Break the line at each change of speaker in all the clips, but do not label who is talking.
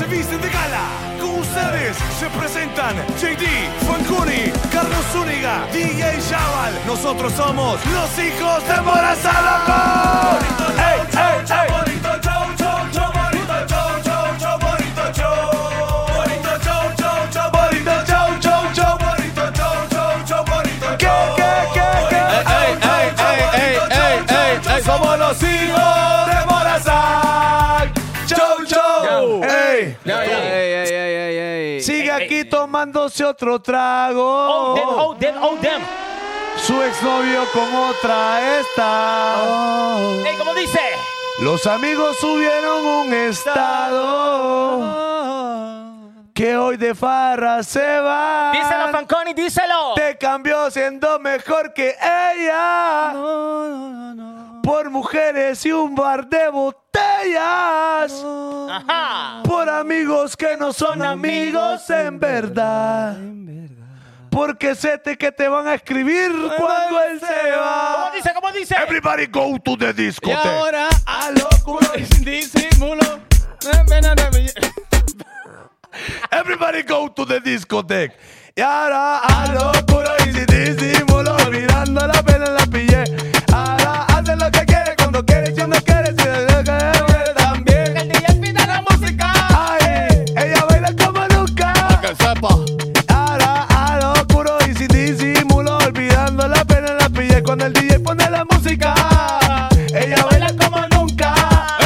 feliz de gala. Con ustedes se presentan JD, Fancuni, Carlos Zúñiga, DJ Chaval. Nosotros somos los hijos de Morazalocón. ¡Ey, ey, ey! ¿Qué, qué, qué, qué?
ey, ey, ey, ey, ey, ey,
Somos los hijos de Morazal. Chau, chau. Ey.
Ey, ey, ey, ey, ey.
Sigue aquí tomándose otro trago.
Them, oh, them, oh, them.
Su exnovio con otra está.
Ey, ¿cómo dice?
Los amigos subieron un estado. Que hoy de farra se va.
Díselo, Fanconi, díselo.
Ah. Te cambió siendo mejor que ella. Por mujeres y un bar de botellas.
Ajá.
Por amigos que no son amigos en verdad. Porque sé te- que te van a escribir cuando él se va.
¿Cómo dice? ¿Cómo dice?
Everybody go to the
Y
discotheque.
ahora a locura disimulo.
Everybody go to the discotheque. Y ahora a lo puro y sin disimulo, mirando la pena la pillé. Ahora hace lo que quiere, cuando quiere, yo no quiere, si lo que quiere también.
El DJ pide la música.
Ay, ella baila como nunca.
Que sepa.
Ahora a lo puro y sin disimulo, olvidando la pena la pillé. Cuando el DJ pone la música, ella baila como nunca.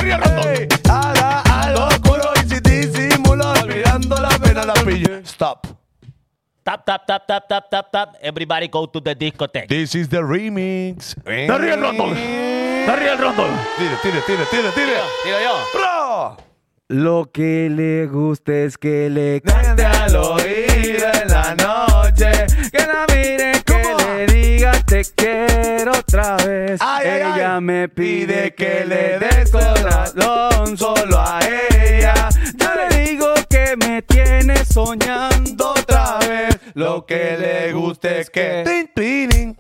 Ey,
Ey, Ahora a lo puro y sin disimulo, olvidando la pena la pillé. Stop.
Tap, tap, tap, tap, tap, tap, tap. Everybody go to the discotheque.
This is the remix.
Darryl Rondon.
Darryl Rondon. Tire, tire, tire, tire, tire.
Digo yo.
¡Bro!
Lo que le gusta es que le
Dale al oído en la noche.
que la mire,
¿Cómo va?
que le diga te quiero otra vez.
Ay, ay, ay.
ella me pide que le
des
des corazón solo a ella. Yo le digo que me tiene soñando
Otra vez, lo que le gusta es que. Tin, tinin,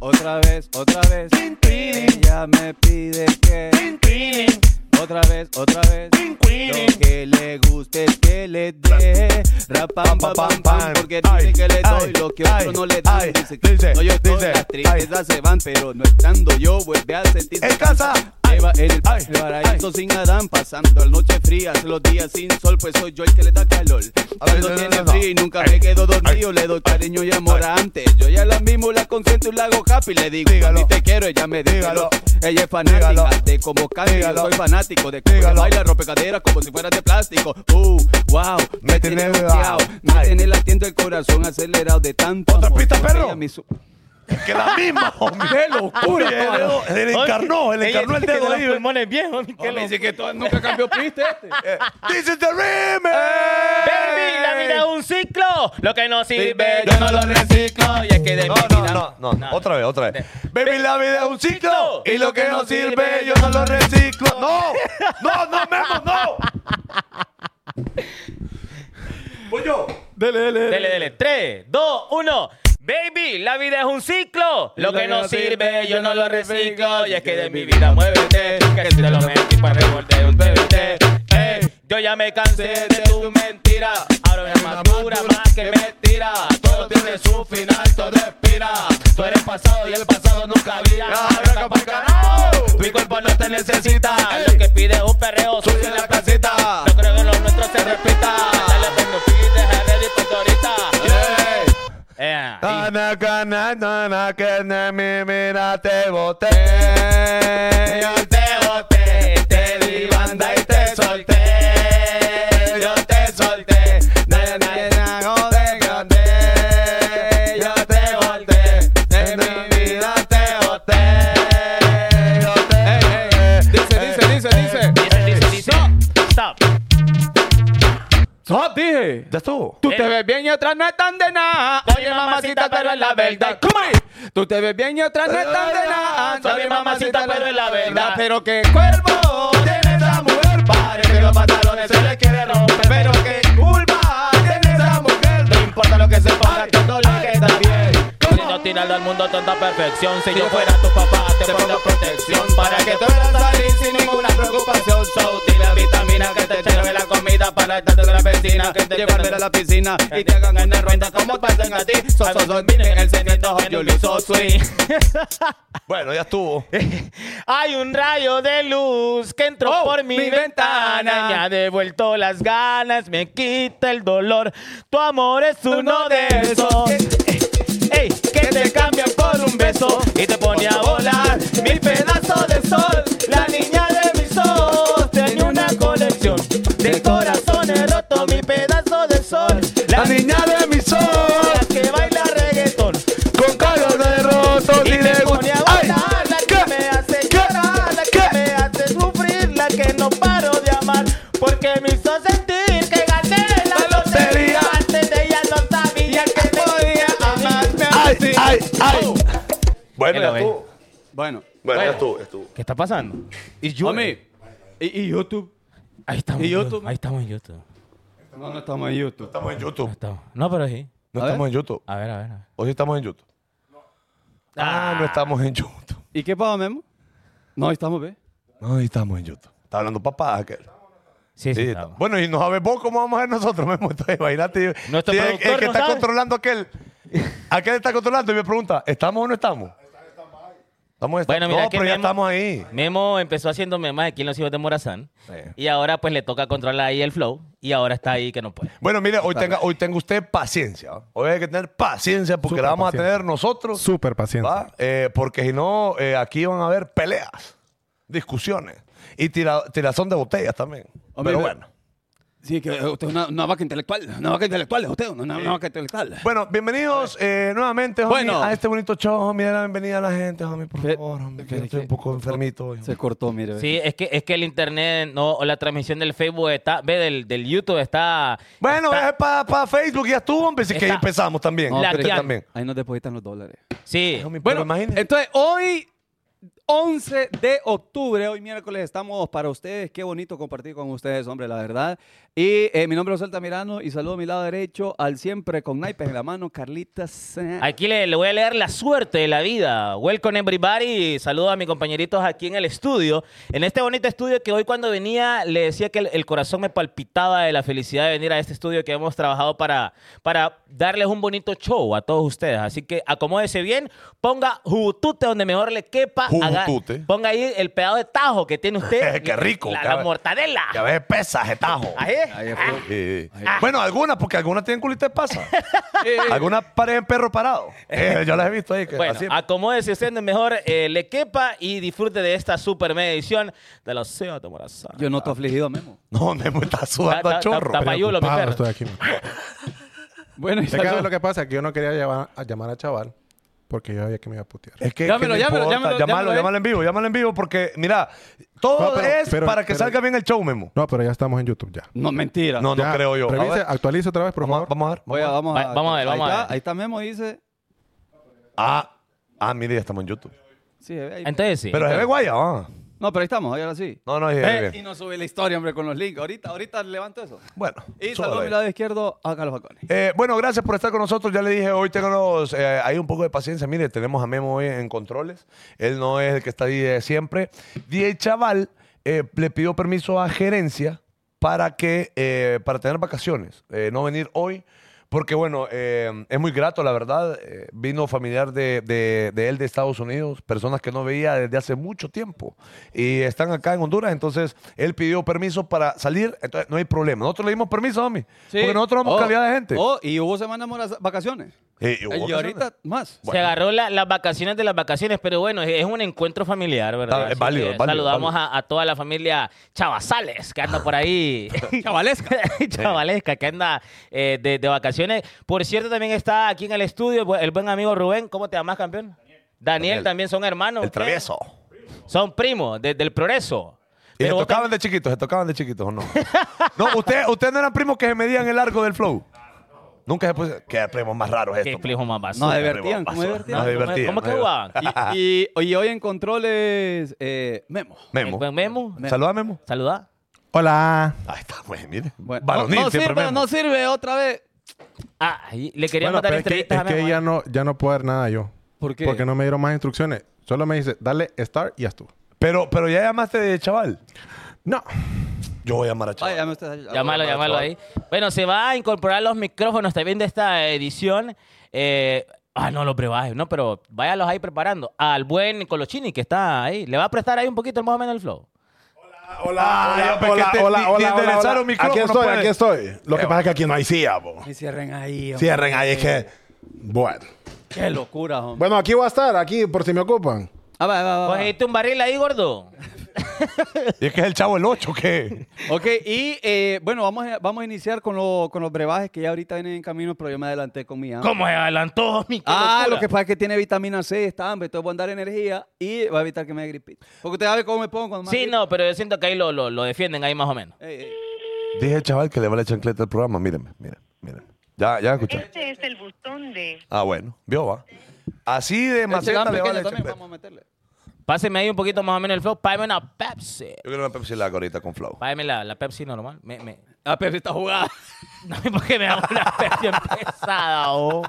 otra vez, otra vez.
Tin, tinin.
Ella me pide que
tin, tinin,
otra vez, otra vez.
tin, tinin.
Lo que le guste es que le dé rapam pam pam pam porque dice
Ay,
que le doy
ay,
lo que otro
ay,
no le dan
ay,
dice,
dice,
no yo estoy
dice,
las tristezas se van pero no estando yo vuelve a sentirse
En casa.
Eva en el
Ay,
el paraíso sin Adán pasando las noches frías los días sin sol pues soy yo el que le da calor
A ver,
cuando
no, no,
tiene
no.
frío y nunca
Ay,
me quedo dormido le doy cariño y amor a antes yo ya la mismo la consiento y la hago happy le digo
Dígalo.
"Mami, te quiero ella me dice
Dígalo.
no". ella es fanática
Dígalo.
de cómo canta yo
Dígalo.
soy fanático de cómo
Dígalo.
baila rompe caderas como si fuera de plástico uh wow
Me
me
tiene
tiene bloqueado
bebado.
me
Ay.
tiene latiendo el corazón acelerado de tanto
¿Otra
amor.
pista,
Ella
perro?
me hizo-
Que la misma, hombre. ¡Qué locura! Él encarnó, él
Ella
encarnó el
dice que
dedo
los
ahí.
pulmones bien, homie, qué loco.
que todo- nunca cambió pista este.
Eh, This is the remix.
Baby, la vida es un ciclo. Lo que no sirve, yo no lo reciclo. Y es que de
No,
mi
no,
vida-
no, no, no, otra vez, otra vez. Baby, la vida es un ciclo
ciclo,
y lo que no sirve yo no lo reciclo. No, no, no, Memo, no. Voy yo.
Dele, dele, dele.
Dele, dele. 3, 2, 1. Baby, la vida es un ciclo. Lo que no sirve, yo no lo reciclo. Y es que de mi vida muévete. Que si te lo metí para revolver un TBT. Ey, yo ya me cansé de tu mentira. Ahora me amargura más que mentira. Todo tiene su final, todo expira. Tú eres pasado y el pasado nunca vira. Arranca pa'l carajo. Mi cuerpo no te necesita. Lo que pide es un perreo, soy en la casita. No creo que lo nuestro se repita. Dale, pues no pides, ready, pues ahorita. Eh,
Na, na, ca, na, na, na, que na, mi, mira, te boté. Yo te boté, te di banda y te solté. Yo te solté. Na, na, na, no te canté. Yo te boté, de mi vida te boté. Yo te
Dice, dice, dice, dice.
dice, dice, dice. Stop.
Stop, dije.
¿Ya estuvo?
Eh.
Tú te ves bien y otras no están de nada. Oye, mamacita, pero es la verdad. Come on. Tú te ves bien y otras no están de nada.
Oye, mamacita, pero es la verdad.
Pero que cuervo
Tiene esa mujer, parece que los pantalones se le quiere romper. Pero qué culpa tiene esa mujer. No importa lo que se ponga, todo lo que está bien.
Si no tirarlo al mundo tanta perfección. Si yo fuera tu papá, te pongo protección. Para que tú puedas salir sin ninguna preocupación. So, tira vitamina que te echaron en la comida para estarte de la
vecina que te llevarme a la piscina y te hagan una rueda como te hacen a ti. Sos sos sos miren el cenito yo le sos swing.
Bueno, ya estuvo.
Hay un rayo de luz que entró
Oh,
por mi,
mi
ventana.
ventana.
Me ha devuelto las ganas, me quita el dolor. Tu amor es uno
Uno
de esos.
que-
Ey, que te cambian por un beso y te pone a volar. Mi pedazo de sol, la niña de mis ojos. Tenía una colección de corazones rotos. Mi pedazo de sol, la
La
niña
niña de mi sol,
que baila reggaetón.
con calor de roto,
Y
y
me
le
pone a
gusta.
volar, la que me hace
¿Qué?
llorar, la que
¿Qué?
me hace sufrir, la que no paro de amar, porque me hizo sentir que gané la
La lotería.
lotería. Antes de ella no sabía que podía amarme
¡Ay, ay, ay! Bueno,
Mira,
ya
ve.
estuvo.
Bueno,
Bueno, ya estuvo, ya estuvo.
¿Qué está pasando?
y yo. y, y YouTube.
Ahí estamos.
¿Y en YouTube? YouTube,
Ahí estamos en YouTube.
No, no estamos en YouTube.
Estamos en YouTube.
No, pero sí.
No
A ver.
estamos en YouTube.
A ver, a ver. a ver.
Hoy estamos en YouTube. Ah, no estamos en YouTube.
¿Y qué pasa, Memo? No, estamos, ve.
No estamos en YouTube. Está hablando papá aquel.
Sí,
Sí, está- Bueno, y no sabes vos cómo vamos a ver nosotros, Memo. Entonces, imagínate.
Nuestro
sí, el-
productor
el que
no
está
sabe.
controlando aquel. Aquel está controlando y me pregunta, ¿estamos o no estamos? Estamos en
Bueno, mira
No,
que
pero ya
Memo-
estamos ahí.
Memo empezó haciendo memes aquí en los hijos de Morazán.
Sí.
Y ahora pues le toca controlar ahí el flow. Y ahora está ahí que no puede.
Bueno, mire, hoy tenga, hoy tenga usted paciencia. ¿va? Hoy hay que tener paciencia porque
Súper
la vamos
paciencia.
a tener nosotros.
Súper paciente.
¿va? Eh, porque si no, eh, aquí van a haber peleas, discusiones y tira- tirazón de botellas también.
Hombre,
pero
ve-
bueno.
Sí, que eh, usted es una, una vaca intelectual. Una vaca intelectual es usted, una, una vaca intelectual.
Bueno, bienvenidos eh, nuevamente, homie,
Bueno.
a este bonito show, homie. Dale la bienvenida a la gente, homie, por
Fe-
favor, homie, que
fe-
estoy un
que-
poco enfermito hoy.
Se
homie.
cortó, mire. ve.
Sí, es que, es que el internet no, o la transmisión del Facebook está, ve, del, del YouTube está.
Bueno,
está-
es para Facebook, ya estuvo, hombre, si que ahí
Está-
empezamos también.
No,
Ustedes
pero-
también.
Ahí nos depositan los dólares.
eh,
sí.
Ay, homie, pero
Bueno,
imagínate.
entonces hoy, 11 de octubre, hoy miércoles, estamos para ustedes. Qué bonito compartir con ustedes, hombre, la verdad. Y eh, mi nombre es Oselta Mirano y saludo a mi lado derecho al siempre con naipes en la mano, Carlita. Sa-
Aquí le, le voy a leer la suerte de la vida. Welcome everybody. Saludo a mis compañeritos aquí en el estudio. En este bonito estudio que hoy cuando venía le decía que el, el corazón me palpitaba de la felicidad de venir a este estudio que hemos trabajado para, para darles un bonito show a todos ustedes. Así que acomódese bien, ponga jubutute donde mejor le quepa. haga-
Jubutute.
ponga ahí el pedazo de tajo que tiene usted.
Qué rico,
La, la
cabrón.
mortadela.
Ya ves, pesa, jetajo.
Ahí.
Sí. Eh, Bueno, algunas, porque algunas tienen culito de pasa. algunas parecen perro parado. Eh, yo las he visto ahí. Que
Bueno, ah.
así-
acomódese usted donde mejor eh, le quepa y disfute de esta super media edición de los CEO de Morazán.
Yo noto afligido, Memo.
No, me está sudando
Ta-
a
ta-
chorro.
ta- ta- Payulo, mi
Preocupado
perro.
estoy aquí. man.
Bueno, y
Es que ¿sabes
saludo-
lo que pasa? Que yo no quería llamar a, llamar a chaval porque yo sabía que me iba a putear.
Es que,
Llámelo,
que no
llámelo,
importa.
llámelo, llámelo
Llámalo,
a él.
llámalo en vivo, llámalo en vivo, porque, mira, todo
No, pero-
es
pero-
para que
pero-
salga bien el show, Memo.
No, pero ya estamos en YouTube ya.
No, mentira.
No, no
Ya,
creo yo. A
Revise,
ver,
actualice otra vez, por
vamos, a-
favor.
vamos a ver.
Oye, vamos a,
Va- vamos a ver,
ahí
vamos a
está-
ver.
Ahí está Memo, dice.
Ah, ah, mire, ya estamos en YouTube.
Sí, ahí-
Entonces sí.
Pero se ve guaya, ah.
No, pero ahí estamos, ahí ahora sí.
No, no, se ve
Eh, y
bien.
no sube la historia, hombre, con los links. Ahorita, ahorita levanto eso.
Bueno,
Y
súbalo
saludo a
ahí.
mi lado izquierdo a Carlos Balcones.
Eh, bueno, gracias por estar con nosotros. Ya le dije, hoy tenemos eh, ahí un poco de paciencia. Mire, tenemos a Memo hoy en controles. Él no es el que está ahí de siempre. Y el chaval eh, le pidió permiso a gerencia para que eh, para tener vacaciones, eh, no venir hoy. Porque bueno, eh, es muy grato, la verdad. Eh, vino familiar de, de- de él de Estados Unidos, personas que no veía desde hace mucho tiempo. Y están acá en Honduras, entonces él pidió permiso para salir, entonces no hay problema. Nosotros le dimos permiso, Domi, porque nosotros somos
Oh,
calidad de gente.
Oh, y hubo semanas moras- vacaciones.
Eh, y hubo
Y
ocasiones.
ahorita más.
Se agarró la- las vacaciones de las vacaciones, pero bueno, es, es un encuentro familiar, ¿verdad?
Ah, es
Así
válido,
que
es válido,
Saludamos
válido.
A, a toda la familia Chavazales que anda por ahí.
Chavalesca.
Chavalesca que anda eh, de, de vacaciones. Por cierto, también está aquí en el estudio bu- el buen amigo Rubén. ¿Cómo te llamas, campeón? Daniel,
Daniel.
también son hermanos.
El travieso.
Son primos desde el progreso.
Y se
vos
tocaban
tam-
de chiquitos, se tocaban de chiquitos, ¿o no? no, ustedes usted no eran primos que se medían el largo del flow. Nunca se pusieron. Qué primos más raros
Qué
estos.
explico más
No,
basura.
de
Qué
ver-
primos
divertían,
más
cómo
raros.
divertían.
Nos divertían,
¿Cómo que
nos
jugaban?
Y, y- y hoy en controles, eh, Memo.
divertían.
Buen Memo.
Memo. Saluda, Memo.
Saluda.
Hola.
Ahí está, pues, mire.
Bueno,
Varonil
no, no
siempre
sirve,
Memo.
no sirve otra vez.
Ah, y le quería
Bueno,
mandar
pero es que,
estrellitas
es
a
que
Memo,
ya
¿eh?
no, ya no puedo dar nada yo.
¿Por qué?
Porque no me dieron más instrucciones. Solo me dice, dale start y ya estuvo.
Pero, pero ya llamaste de chaval.
No. Yo voy a llamar a
Ay,
Chaval.
llame usted a-
Llámalo, llámalo ahí. Bueno, se va a incorporar los micrófonos también de esta edición. Eh, ah, no lo prebajes, no, pero váyalos ahí preparando. Al buen Colochini que está ahí. Le va a prestar ahí un poquito más o menos el flow.
Hola,
Hola,
hola,
hola, hola,
hola,
hola, hola.
Aquí estoy,
pues.
aquí estoy. Lo que pasa es que aquí no hay silla, po.
Y cierren ahí. hombre.
Cierren ahí, es que... Bueno.
Qué locura, hombre.
Bueno, aquí voy a estar, aquí, por si me ocupan.
Ah, va, va, va, va.
Cogiste un barril Pues ahí, gordo.
Y es que es el chavo el 8, ¿qué?
Ok, y eh, bueno, vamos a, vamos a iniciar con, lo- con los brebajes que ya ahorita vienen en camino, pero yo me adelanté con mi hambre.
¿Cómo se adelantó, mi qué
Ah,
locura?
lo que pasa es que tiene vitamina C, está hambre, entonces voy a dar energía y va a evitar que me dé gripita. Porque usted sabe cómo me pongo cuando me da
Sí,
gripe.
no, pero yo siento que ahí lo, lo, lo defienden ahí más o menos.
Ey, ey.
Dije al chaval que le vale chancleta el programa. Mírenme, miren, miren. Ya, ya escuché.
Este es el buzón de
Ah, bueno. Vio, va. Así de
El
maceta
Chagán
le
pequeño
vale
también
chancleta.
vamos a meterle.
Páseme ahí un poquito más o menos el flow. Págame una Pepsi.
Yo quiero una Pepsi Lago ahorita con Flow.
Págame la, la Pepsi normal. Me, me...
Ah, pero está jugada.
No, porque me hago una Pepsi empezada, oh.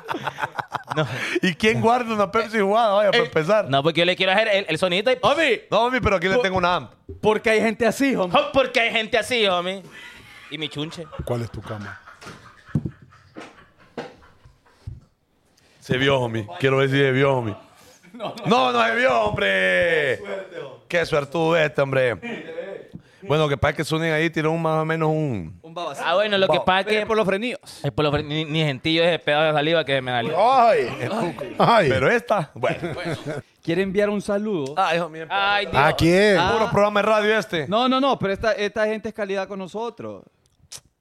¿Y quién guarda una Pepsi jugada? Vaya, para empezar.
No, porque yo le quiero hacer el, el sonidito y...
Homie,
No, mami, pero aquí le tengo una amp.
porque hay gente así, hombre.
Oh, Porque hay gente así, homie. Y mi chunche.
¿Cuál es tu cama?
Se vio, homie. Quiero ver si se vio, homie. No, no, se vio, hombre. Qué suerte este, hombre. Bueno, que pasa es que Sunen ahí tiró un más o menos un.
Un babacito.
Ah, bueno, lo que pasa es que...
Pero por los frenillos.
Es por los- ni, ni gentillo ese pedazo de saliva que me salió.
¡Ay! ¡Ay!
Pero esta, bueno.
Quiere enviar un saludo.
Ay, hijo mío.
Ay, Dios.
¿A quién?
Ah.
Puro programa de radio este.
No, no, no, pero esta, esta gente es calidad con nosotros.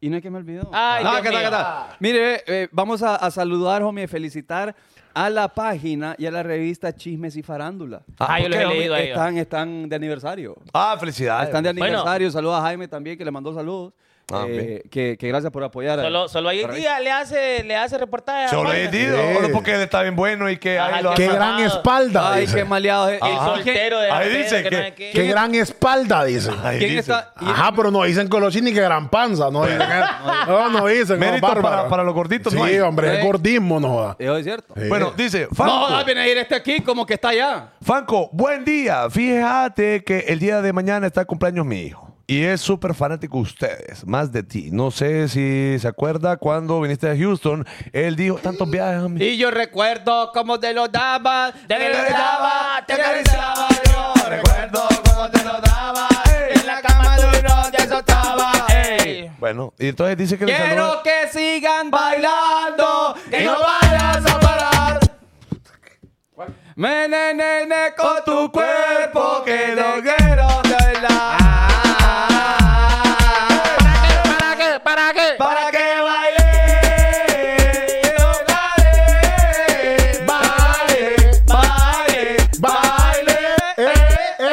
Y no es que me olvidó.
Ay,
No,
Dios
acá está,
mío.
acá está. Mire, eh, vamos a, a saludar, homie, a felicitar a la página y a la revista Chismes y Farándula.
Ah, yo
¿por
los
qué,
he
homie?
leído a ellos.
Están, están de aniversario.
Ah, felicidades.
Están de
hombre.
Bueno.
aniversario. Saludos a Jaime también, que le mandó saludos.
Ah,
Eh, que, que gracias por apoyar. a-
Solo, solo ahí
a la
día le hace, le hace reportaje a
Solo
Juan.
he dicho,
Sí.
solo porque él está bien bueno y que
Ajá,
ahí lo
¡Qué
hacen.
gran
Ah.
espalda!
Ay,
dice.
qué maleado. es-
El
¿Y
Ajá.
por qué-
soltero de
Ahí
Javier,
dice
no
que-
sé qué.
¡Qué gran espalda! Dice.
Ahí
¿Quién
dice.
está? y-
Ajá, pero no dicen Colochini que gran panza, no dicen. no, no dicen. no,
Mérito
bárbaro.
para- para los gorditos,
Sí,
no hay. Eh,
hombre,
Sí.
el gordismo no joda.
Eso es cierto.
Sí.
Bueno, dice,
No,
Fanco,
ah, viene a ir este aquí como que está allá.
Fanco, buen día. Fíjate que el día de mañana está el cumpleaños mi hijo. Y es súper fanático de ustedes, más de ti. No sé si se acuerda cuando viniste a Houston, él dijo tantos viajes a mí.
Y yo recuerdo como te lo daba, te
lo daba, te acariciaba
yo. Recuerdo como te lo daba, en la cama duro te azotaba.
Ey.
Bueno, y entonces dice que le
Quiero
saluda-
que sigan bailando, que no
no
vayas a parar. Me ne, ne, ne, con tu cuerpo que no quiero bailar.
¿Para qué? ¿Para qué?
Para que baile, no pare. Baile,
eh,
baile, baile.
eh,
Eh,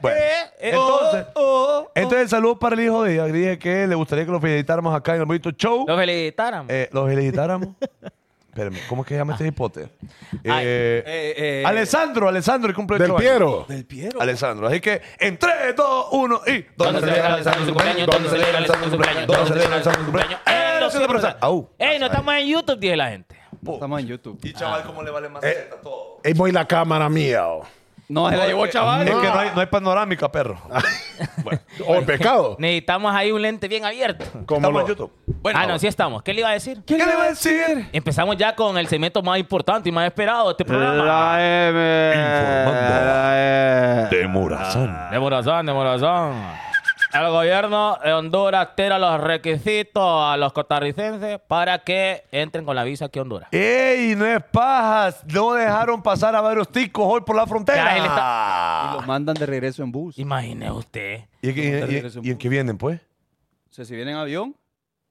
Bueno, entonces,
oh,
entonces el saludo para el hijo de ella. Dije que le gustaría que lo felicitáramos acá en el bonito show.
Lo felicitaran.
Eh, los felicitáramos. Espérame, ¿cómo es que se llama este hipote?
Ah. Ay,
Eh,
eh, eh.
Alessandro, Alessandro, el cumpleaños.
Del Piero.
Del Piero.
Alessandro. Así que en 3, 2, 1 y.
¿Dónde celebra Alessandro su cumpleaños? ¿Dónde celebra Alessandro su cumpleaños? ¿Dónde celebra Alessandro su cumpleaños?
¡Eh,
¡Eh,
lo
lo
siento, profesor! Au.
¡Ey, no estamos en YouTube, dice la gente!
Estamos en YouTube.
Y chaval, ¿cómo le vale más
Eh,
a todo?
Ahí voy la cámara mía. oh. O,
No, se la llevó chaval.
Es que no
Ah.
hay, no hay panorámica, perro.
o el
Oh.
pecado.
Necesitamos ahí un lente bien abierto.
Como
Estamos
lo,
en YouTube.
ah, no, sí estamos. ¿Qué le iba a decir?
¿Qué le va a decir?
Empezamos ya con el segmento más importante y más esperado de este programa.
Informando de Murazán.
De corazón, de corazón. El gobierno de Honduras altera los requisitos a los costarricenses para que entren con la visa aquí a Honduras.
¡Ey, no es pajas! No dejaron pasar a varios ticos hoy por la frontera. Ah.
Ya, él
Y los mandan de regreso en bus.
Imagine usted.
¿Y, en qué- y- y- y en qué vienen, pues?
O sea, si vienen en avión,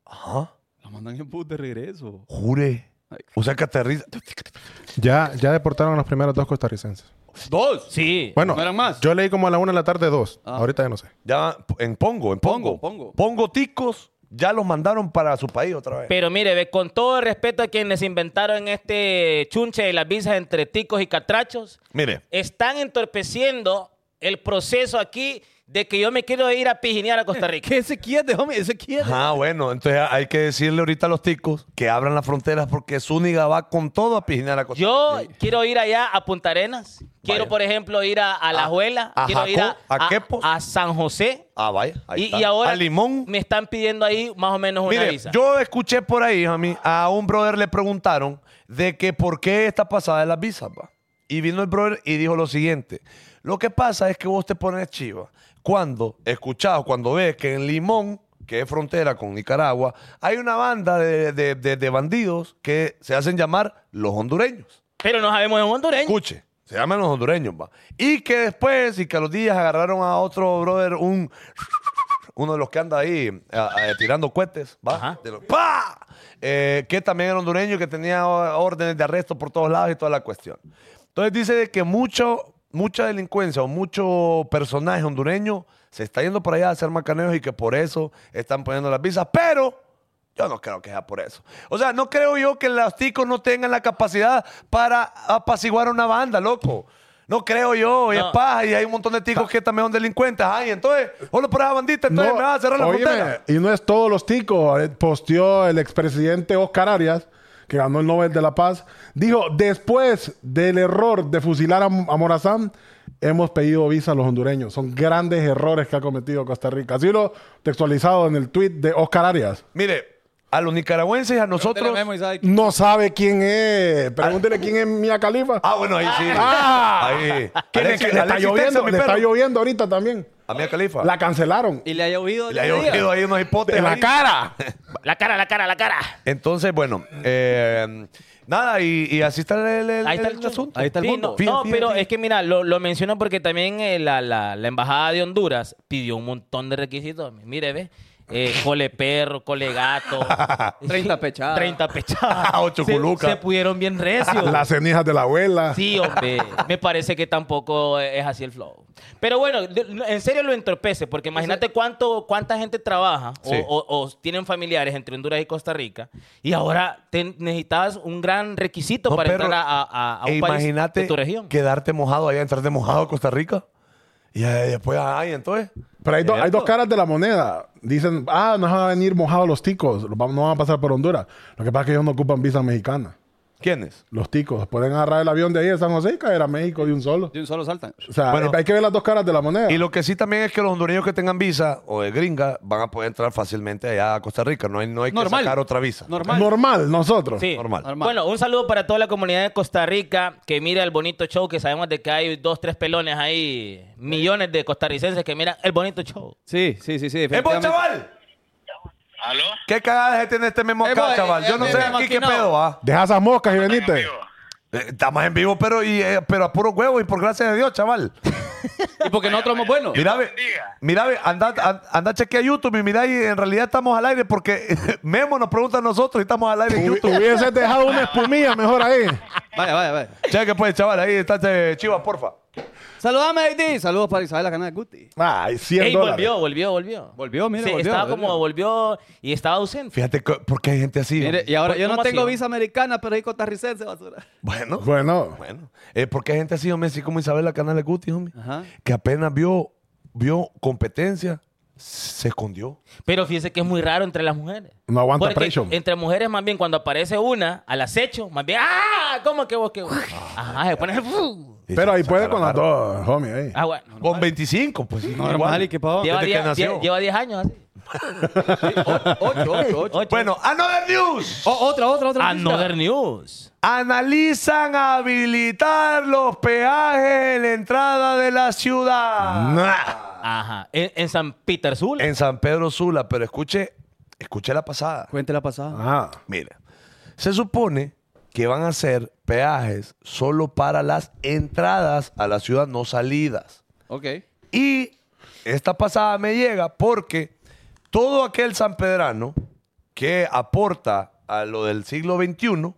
Ajá.
los mandan en bus de regreso.
Jure. O sea, que aterriza.
ya, ya deportaron a los primeros dos costarricenses.
¿Dos?
Sí.
Bueno,
¿No eran más?
yo leí como a la una de la tarde dos.
Ah.
Ahorita ya no sé.
Ya en Pongo, en Pongo.
Pongo, Pongo.
ticos, ya los mandaron para su país otra vez.
Pero mire, ve, con todo el respeto a quienes inventaron este chunche de las visas entre ticos y catrachos,
Mire,
están entorpeciendo el proceso aquí de que yo me quiero ir a pijinear a Costa Rica.
¿Qué se quiere, homie? ¿Se quiere?
Ah, bueno, entonces hay que decirle ahorita a los ticos que abran las fronteras porque Zúñiga va con todo a pijinar a Costa Rica.
Yo quiero ir allá a Punta Arenas. Quiero,
Vaya. Ah,
por ejemplo, ir a, a La Juela.
a
quiero ir a,
Jacó, a Quepos.
a San José.
Ah, vaya. ahí
Y,
está.
y ahora
A Limón.
me están pidiendo ahí más o menos una
Mire,
visa.
yo escuché por ahí, homie, a un brother le preguntaron de que por qué está pasada de las visas, va. Y vino el brother y dijo lo siguiente. Lo que pasa es que vos te pones chiva cuando, escuchado, cuando ves que en Limón, que es frontera con Nicaragua, hay una banda de, de- de- de bandidos que se hacen llamar los hondureños.
Pero no sabemos de un hondureño.
Escuche, se llaman los hondureños, va. Y que después, y que a los días agarraron a otro brother, un uno de los que anda ahí a- a- tirando cohetes, va.
Ajá.
De los- ¡Pa! Eh, que también era hondureño, que tenía o- órdenes de arresto por todos lados y toda la cuestión. Entonces dice de que mucho, mucha delincuencia o mucho personaje hondureño se está yendo para allá a hacer macaneos y que por eso están poniendo las visas, pero yo no creo que sea por eso. O sea, no creo yo que los ticos no tengan la capacidad para apaciguar a una banda, loco. No creo yo, y es
No.
paja, y hay un montón de ticos que también son delincuentes. Ay, entonces, hola por esa bandita, entonces me vas a cerrar la
óyeme,
frontera.
Y no es todos los ticos. Eh, Posteó el expresidente Oscar Arias, que ganó el Nobel de la Paz. Dijo, después del error de fusilar a, a Morazán, hemos pedido visa a los hondureños. Son grandes errores que ha cometido Costa Rica. Así lo textualizado en el tweet de Oscar Arias.
Mire, a los nicaragüenses y a nosotros.
Pregúntele a Memo, Isaac.
No sabe quién es. Pregúntele quién es Mia Califa.
Ah, bueno, ahí sí.
Ah.
Ahí.
Que le,
Alexis-
le está
Alexis
lloviendo,
Texas, mi
le
perro.
está lloviendo ahorita también.
A Mia Califa.
La cancelaron.
Y le ha llovido.
Le ha
el día.
llovido ahí unos hipotes.
En la
ahí.
cara.
La cara, la cara, la cara.
Entonces, bueno, eh, nada, y, y así está el, el-
Ahí está
el
el
asunto.
Ahí está el
Sí,
mundo.
No,
Fíjate,
no,
fíjate.
pero es que mira, lo, lo menciono porque también eh, la, la- la embajada de Honduras pidió un montón de requisitos. Mire, ve. Eh, cole perro, cole gato.
30 pechadas.
30 pechadas.
Ocho
Se-
culucas.
Se, pudieron bien recios.
Las cenizas de la abuela.
Sí, hombre. Me parece que tampoco es así el flow. Pero bueno, de- no, en serio lo entorpece, porque imagínate cuánto, cuánta gente trabaja o-
Sí.
o, o tienen familiares entre Honduras y Costa Rica y ahora te necesitas un gran requisito
No,
para
pero-
entrar a, a- a
E
un país
imagínate
de tu región.
quedarte mojado allá, entrarte mojado a Costa Rica. Y ahí después, ay, entonces.
Pero hay, do- hay
¿Cierto?
dos caras de la moneda. Dicen, ah, nos van a venir mojados los ticos, los vam- no van a pasar por Honduras. Lo que pasa es que ellos no ocupan visa mexicana.
¿Quiénes?
Los ticos pueden agarrar el avión de ahí de San José y caer a México de un solo.
De un solo saltan.
O sea,
Bueno.
hay que ver las dos caras de la moneda.
Y lo que sí también es que los hondureños que tengan visa o de gringa van a poder entrar fácilmente allá a Costa Rica. No hay, no hay que
Normal.
sacar otra visa.
Normal.
Normal, nosotros.
Sí.
Normal.
Normal.
Bueno, un saludo para toda la comunidad de Costa Rica que mira el bonito show, que sabemos de que hay dos, tres pelones ahí, millones de costarricenses que miran el bonito show.
Sí, sí, sí, sí.
¡Eh, vos,
definitivamente.
chaval!
¿Aló?
¿Qué cagadas tiene este memo
Eh,
acá,
vos,
chaval?
eh,
Yo no
eh,
sé
eh,
aquí qué
maquinado.
pedo va.
Deja esas moscas y venite.
Amigo.
Eh, Estamos en vivo, pero, y, eh, pero a puro huevo y por gracias de Dios, chaval.
Y porque nosotros somos buenos.
Mira, ve,
bendiga.
mira, ve, anda, an- anda a chequear YouTube y mira, y en realidad estamos al aire porque Memo nos pregunta a nosotros y estamos al aire en
Hubi-
YouTube.
Hubiese dejado una espumilla mejor ahí.
Vaya, vaya, vaya.
Cheque pues, chaval, ahí está eh, Chivas, porfa.
Saludame, Haití. Saludos para Isabela Canal Guti.
Ay, 100
Ey,
dólares.
volvió, volvió, volvió.
Volvió, mire,
Sí,
volvió,
Estaba
volvió.
como volvió y estaba ausente.
Fíjate co- por qué hay gente así.
Mire,
hombre.
y ahora
¿Cómo-
yo no
cómo
tengo
así?
visa americana, pero hay costarricense, basura.
Bueno, bueno.
Bueno,
Eh, ¿Por qué hay gente así, hombre? Así como Isabela Canales Guti, hombre.
Ajá.
Que apenas vio, vio competencia, se escondió.
Pero fíjese que es muy raro entre las mujeres.
No aguanta
Porque
presión.
Entre mujeres, más bien, cuando aparece una al acecho, más bien, ¡ah! ¿Cómo que vos que vos? Ajá, se pone. ¡fu!
Y
pero
se
ahí
saca
puede
la
con las
cara.
dos, homie. ahí.
Ah, bueno. normal.
Con 25, pues.
Normal, ¿y qué pasó?
Lleva
Desde que
10
nació. Ah,
lleva 10 años así.
8, 8, 8.
Ocho.
Bueno, Another News.
Oh, Otra, otra, otra.
Ah, Another News.
Analizan habilitar los peajes en la entrada de la ciudad.
Nah.
Ajá. En, en San Peter Sula.
En San Pedro Sula, pero escuche, escuche la pasada.
Cuente la pasada.
Ajá.
Mira, se supone que van a ser peajes solo para las entradas a la ciudad, no salidas.
Ok.
Y esta pasada me llega porque todo aquel sanpedrano que aporta a lo del siglo XXI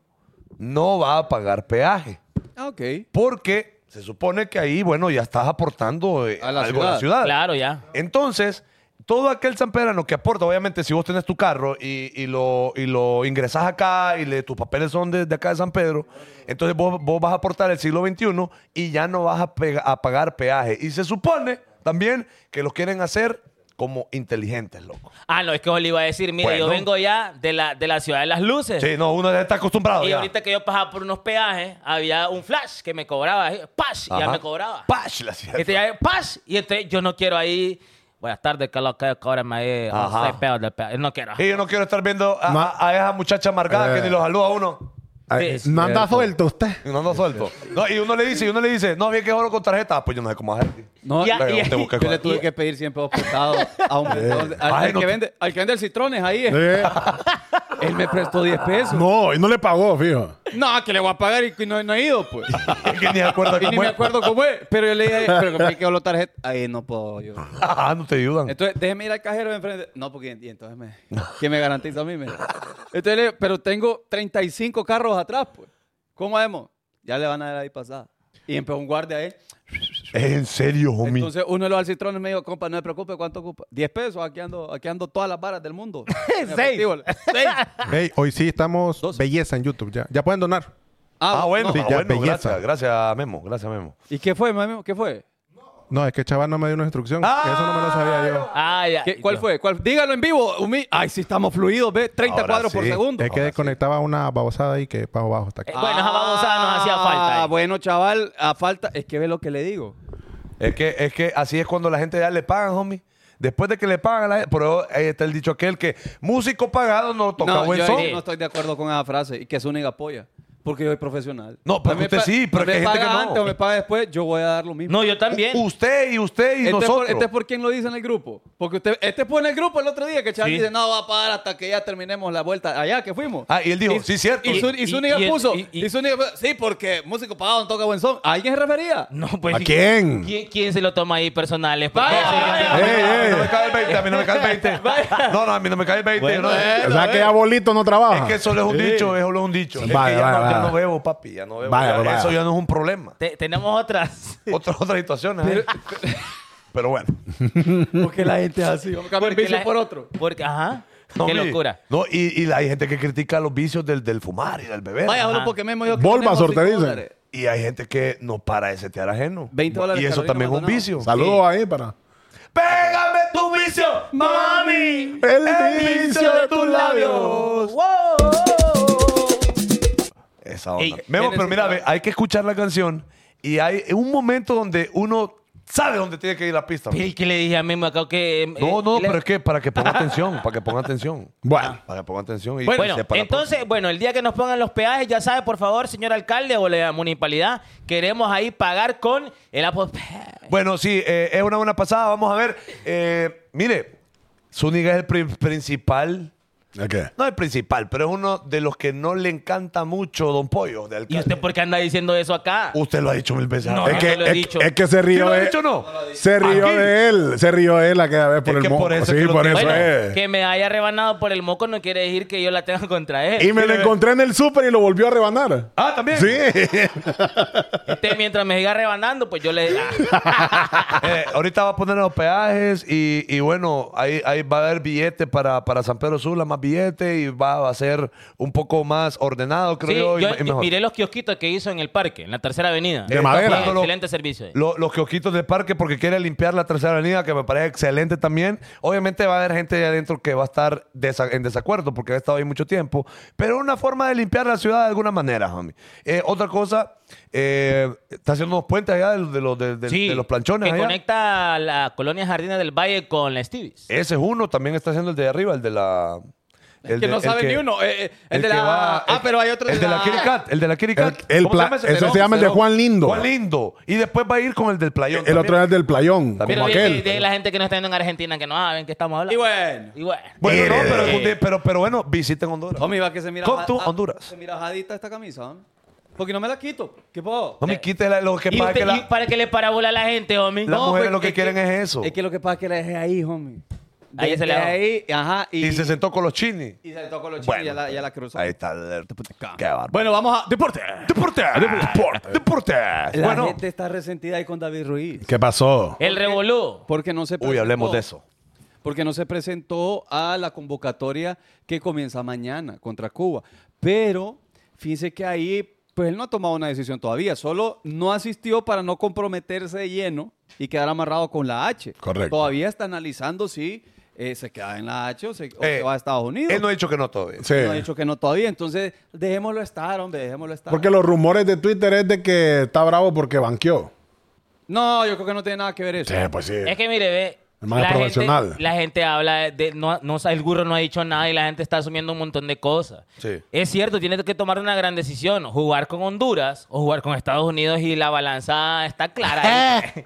no va a pagar peaje.
Ah, ok.
Porque se supone que ahí, bueno, ya estás aportando eh,
A la
algo a la
ciudad.
ciudad.
Claro, ya.
Entonces, todo aquel sanpedrano que aporta, obviamente, si vos tenés tu carro y, y lo, y lo ingresás acá y le- tus papeles son de, de acá de San Pedro, entonces vos, vos vas a aportar el siglo XXI y ya no vas a, pega- a pagar peaje. Y se supone también que los quieren hacer como inteligentes, loco.
Ah, no, es que os le iba a decir, mire,
Bueno.
yo vengo ya de la, de la ciudad de las luces.
Sí, no, uno ya está acostumbrado.
Y
ya.
ahorita que yo pasaba por unos peajes, había un flash que me cobraba. ahí, ¡Pash! Y ya
Ajá.
me cobraba.
Pash, la ciudad.
Este, ya, ¡Pash! Y entonces yo no quiero ahí. Buenas tardes, que lo que cóbrame ahí.
Ajá.
Seis pedos del peaje. No quiero.
Y yo no quiero estar viendo a,
No.
a- a esa muchacha amargada que
Eh.
ni los saluda a uno.
Ay,
Sí,
no anda suelto usted.
Y uno no suelto. No, y uno le dice, y uno le dice, no, bien que oro con tarjeta. Ah, Pues yo no sé cómo hacer.
No,
Ya,
yo
Pero
y-
te busca
le
cuál.
tuve que pedir siempre prestado a un montón de- al,
Eh, Ay,
al
no
que
te-
vende, al que vende el citrones ahí. eh.
Eh,
Él me prestó 10 pesos. No,
no, y no le pagó, fijo.
que le voy a pagar y no, no he ido, pues.
Es que ni se acuerda
y ni
cómo
me
es.
acuerdo cómo es. Pero yo le dije, pero que me quedó la tarjeta. Ahí no puedo yo.
Ah, no te ayudan.
Entonces, déjeme ir al cajero de enfrente. No, porque y entonces me, ¿quién me garantiza a mí? me? Entonces, le digo, pero tengo 35 carros atrás, pues. ¿Cómo hacemos? Ya le van a dar ahí pasada. Y empezó un guardia ahí.
Es en serio, homie.
Entonces, uno de los alcitrones me dijo, compa, no te preocupes, ¿cuánto ocupa? 10 pesos, aquí ando, aquí ando todas las varas del mundo. En efectivo. Seis.
Ey, hoy sí estamos
Dos.
belleza en YouTube. Ya, ya pueden donar.
ah, bueno,
no.
sí,
ah,
ya,
bueno,
belleza.
gracias, gracias Memo, gracias Memo.
¿Y qué fue, mami? ¿Qué fue?
No, es que el chaval no me dio una instrucción.
Ah,
que eso no me lo sabía yo.
Ah, ya.
¿Qué- ¿Cuál fue? ¿Cuál? Dígalo en vivo. humi- Ay, sí, estamos fluidos, ve, 30
Ahora
cuadros por
sí.
segundo.
Es que desconectaba una babosada ahí que para abajo hasta aquí.
eh, bueno, esa babosada nos hacía falta,
Ah,
eh.
bueno, chaval, a falta. Es que ve lo que le digo.
Es que, es que así es cuando la gente ya le pagan, homie. Después de que le pagan, la gente- pero ahí está el dicho aquel que músico pagado no toca
No,
buen
yo
son.
no estoy de acuerdo con esa frase y que es única polla. Porque yo soy profesional.
No, pero
A mí me
usted
pa-
sí, pero
o me
hay gente que
paga
no.
antes o me paga después, yo voy a dar lo mismo.
No, yo también.
U- Usted y usted y
este, es
nosotros.
por, este es por quien lo dice en el grupo. Porque usted, este fue en el grupo el otro día que Charlie
Sí.
dice, no, va a pagar hasta que ya terminemos la vuelta allá que fuimos.
Ah, y él dijo, sí, cierto.
Y, su,
Y-
y Zúñiga
y- y-
puso,
y-
y,
y-
Zúñiga puso, sí, porque músico pagado no toca buen son. ¿A alguien se refería?
No, pues.
Eh,
¿A quién?
¿Quién, quién se lo toma ahí personales?
A mí
Ey, ey.
no me cae el 20, a mí no me cae el 20. No, no, a mí no me cae el 20.
Bueno,
no,
O sea, que abolito no trabaja.
Es que solo es un dicho, es solo un dicho. Es que
Vaya,
ya,
vaya,
no, ya
vaya.
no bebo, papi, ya no bebo.
Vaya,
Ya
vaya.
Eso ya no es un problema.
Te- tenemos otras.
Otras otras situaciones. ¿eh? Pero bueno.
Porque la gente es así. Vamos a cambiar
Porque
vicio
la-
por otro.
Porque, ajá.
No,
Qué
mi-
locura.
No, y, y hay gente que critica los vicios del, del fumar y del beber.
Vaya,
Ajá.
solo porque me hemos ido que
Bulbasaur,
tenemos
te
cinco
dicen.
dólares.
Y hay gente que no para de setear ajeno.
20 dólares
Y eso
Carolina
también es un
Maldonado.
vicio.
Saludos ahí para.
¡Pégame tu vicio, mami!
El vicio de tus labios.
Esa onda.
Ey,
Memo,
¿qué
pero mira, ve, hay que escuchar la canción y hay un momento donde uno sabe dónde tiene que ir la pista.
Pil, que le dije a mí, me acabo que. eh,
No, no,
le-
pero es que para que ponga atención, para que ponga atención.
Bueno.
Para que ponga atención y
Bueno,
sepa la
entonces,
próxima.
bueno, el día que nos pongan los peajes, ya sabe, por favor, señor alcalde o la municipalidad, queremos ahí pagar con el Apple Pay.
Bueno, sí, eh, es una buena pasada. Vamos a ver. Eh, mire, Zúñiga es el pri- principal.
¿De qué?
No el principal, pero es uno de los que no le encanta mucho Don Pollo de alcalde.
¿Y usted por qué anda diciendo eso acá?
Usted lo ha dicho mil veces.
No,
Es
Es
no
que,
lo he
es-
dicho.
es que
¿Sí
se rió
lo ha
de,
dicho o no?
se rió
Aquí.
de él, se rió de él aquella vez por
Es
el
que
moco.
por eso
sí,
que lo
por eso
tiene.
Bueno,
es.
que me haya rebanado por el moco no quiere decir que yo la tenga contra él.
Y me lo encontré en el súper y lo volvió a rebanar.
Ah, también.
Sí.
Este, mientras me siga rebanando, pues yo le.
Eh, ahorita va a poner los peajes y, y bueno, ahí, ahí va a haber billete para, para San Pedro Sula, más billete y va, va a ser un poco más ordenado, creo yo.
Sí,
y-
yo
y mejor.
miré los kiosquitos que hizo en el parque, en la tercera avenida.
De
Eh,
madera.
está
Qué
poniendo
Excelente servicio. ahí.
lo- los kiosquitos del parque porque quiere limpiar la tercera avenida, que me parece excelente también. Obviamente va a haber gente de adentro que va a estar desa- en desacuerdo porque ha estado ahí mucho tiempo, pero una forma de limpiar la ciudad de alguna manera, homie. Eh, otra cosa, eh, está haciendo unos puentes allá de, los- de los- de- de-
Sí,
de los planchones.
Que
allá.
conecta la colonia Jardines del Valle con la Stevie's.
Ese es uno, también está haciendo el de arriba, el de la... El
que
de-
no
el
sabe
que-
ni uno. eh, eh, el,
el
de
que
la.
va-
ah,
el-
pero hay otro
El de la Kirikat. El de la Kirikat.
El- el
¿Cómo
pla-
llama ese?
ese se
Cerón,
llama el de
Cerón.
Juan Lindo.
Juan Lindo. Y después va a ir con el del playón.
El otro
también.
es del playón,
También.
como
Pero de,
aquel.
de la gente que no está viendo en Argentina que no saben que estamos hablando.
Y bueno.
Y bueno.
Bueno, no, pero,
Eh.
algún día- pero, pero bueno, visiten Honduras.
Homie, va que se mira.
Come
ja-
to
ah,
Honduras.
Se mira jadita esta camisa. ¿ah? Porque no me la quito. ¿Qué puedo?
No me quite la- lo que
Y
pasa
usted-
que
y
la-
para que le parabola a la gente, homie.
las
No,
mujeres
pues,
lo que
es
quieren
que-
es eso.
Es que lo que pasa es que la dejé ahí, homie.
Ahí
Dejé
se le bajó.
ahí, ajá. Y,
Y se sentó con los chinis.
y se le tocó los chinos
Bueno,
y ya la, ya la cruzó.
Ahí está. el- Qué bárbaro.
Bueno, vamos a. ¡Deporte!
Deporte. Ah, Deporte. Deporte.
La
Bueno.
gente está resentida ahí con David Ruiz.
¿Qué pasó?
pues, El revolú.
Porque no se
Uy, hablemos de eso.
porque no se presentó a la convocatoria que comienza mañana contra Cuba. Pero fíjense que ahí Pues él no ha tomado una decisión todavía, solo no asistió para no comprometerse de lleno y quedar amarrado con la H.
Correcto.
Todavía está analizando si eh, se queda en la H o se, o
Eh,
se va a Estados Unidos.
Él no Eh. ha dicho que no todavía.
Sí.
No ha dicho que no todavía, entonces dejémoslo estar, hombre, dejémoslo estar.
Porque los rumores de Twitter es de que está bravo porque banqueó.
No, yo creo que no tiene nada que ver eso.
Sí, pues sí.
Es que mire, ve.
El man es
gente,
profesional.
la gente habla de, de- no, no, sa- el gurro no ha dicho nada y la gente está asumiendo un montón de cosas.
Sí.
Es cierto, tiene que tomar una gran decisión, jugar con Honduras o jugar con Estados Unidos y la balanza está clara. ahí. es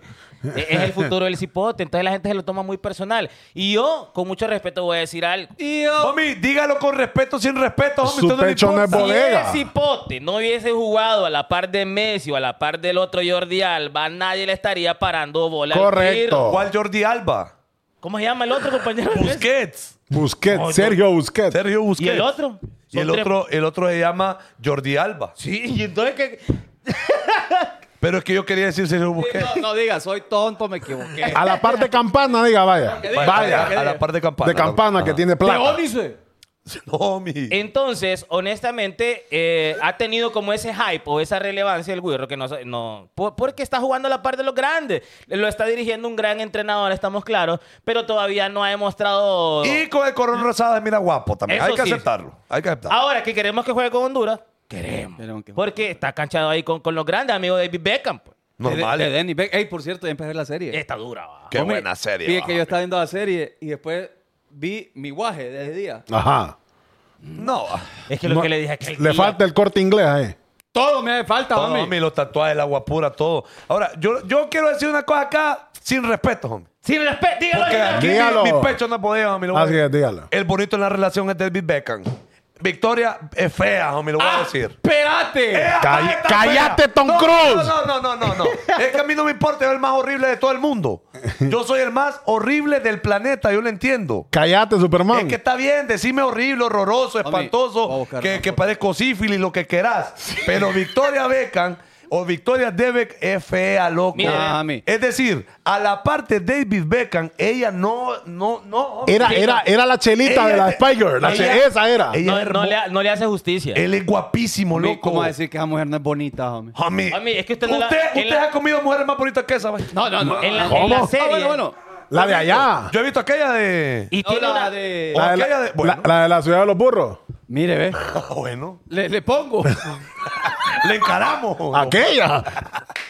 es el futuro del cipote, entonces la gente se lo toma muy personal. Y yo, con mucho respeto, voy a decir algo.
Y yo-
Homie, dígalo con respeto, sin respeto, homie.
Su
usted no le
pecho no es
importa.
bo- Bodega.
Si el Cipote no hubiese jugado a la par de Messi o a la par del otro Jordi Alba, nadie le estaría parando bola. al
Correcto.
Pirlo.
¿Cuál Jordi Alba?
¿Cómo se llama el otro compañero?
Busquets.
Busquets,
No, yo-
Sergio Busquets.
Sergio
¿Y
Busquets.
el otro?
Y el
Son tres-
otro, el otro se llama Jordi Alba.
Sí, y entonces que...
Pero es que yo quería decir Sergio Busquets.
No, no digas, soy tonto, me equivoqué.
A la parte campana, diga, vaya.
Vaya, a la par de campana.
De campana que
Ajá.
tiene plata.
dice?
No, homie.
Entonces, honestamente, eh, ha tenido como ese hype o esa relevancia el Guirro que no... sa- no por- porque está jugando a la par de los grandes. Lo está dirigiendo un gran entrenador, estamos claros, pero todavía no ha demostrado...
Y con el Corón Rosada, mira, guapo también.
Eso
Hay que
sí.
aceptarlo. Hay que aceptarlo.
Ahora que queremos que juegue con Honduras, queremos.
Queremos que juegue
Porque está canchado ahí con, con los grandes, amigo de David Beckham. pues.
Normal.
De, de Denny Beck. Ey, por cierto, ya empecé a ver la serie.
Está dura, va.
Qué
Hombre,
buena serie.
Fíjate
va,
que yo
homie.
estaba viendo la serie y después vi mi guaje de ese día.
Ajá.
No, va.
Es que lo
No,
que le dije es que... el
Le
día-
falta el corte inglés eh. ahí.
Todo me hace falta,
todo,
homie.
homie, los tatuajes, el agua pura, todo. Ahora, yo, yo quiero decir una cosa acá sin respeto, homie.
Sin respeto, dígalo.
Porque
dígalo.
aquí
Dígalo.
mi, mi pecho no podía, homie. Lo voy a
Así
decir.
es, dígalo.
El bonito en la relación es David Beckham. Victoria es fea, homie, lo voy a decir.
¡Ah!
¡Eh,
¡Espérate!
¡Ea,
Call-
está
cállate,
fea!
Tom
No,
Cruise.
No, no, no, no, no. Es que a mí no me importa, yo soy el más horrible de todo el mundo. Yo soy el más horrible del planeta, yo lo entiendo.
Cállate, Superman.
Es que está bien, decime horrible, horroroso,
Homie, voy a
espantoso,
buscar
que,
una
que
foto.
parezco sífilis, lo que querás. Pero Victoria Beckham o Victoria Debeck es fea, loco.
Mira, Mami.
es decir, a la parte de David Beckham, ella no, no, no. homie.
Era, era, era la chelita
Ella-
de la Spiker. La
ella-
che- esa era.
ella
No,
es
no
hermo-
le, ha- no le hace justicia.
Él es guapísimo,
Homie,
loco.
¿Cómo va a decir que esa mujer no es bonita, homie?
Homie,
Homie, es que usted no
usted,
la- en
usted
la-
ha comido mujeres más bonitas que esa. vaya.
No, no, no.
En la, en
¿Cómo?
la
Ah,
serie.
bueno, bueno.
La de allá.
Yo he visto aquella de...
Y
No,
tiene
la
una...
de-
La de la,
Aquella de- bueno.
la- la de la ciudad de los burros.
Mire, ve.
Ah, bueno,
Le, le pongo.
le encaramos.
Aquella.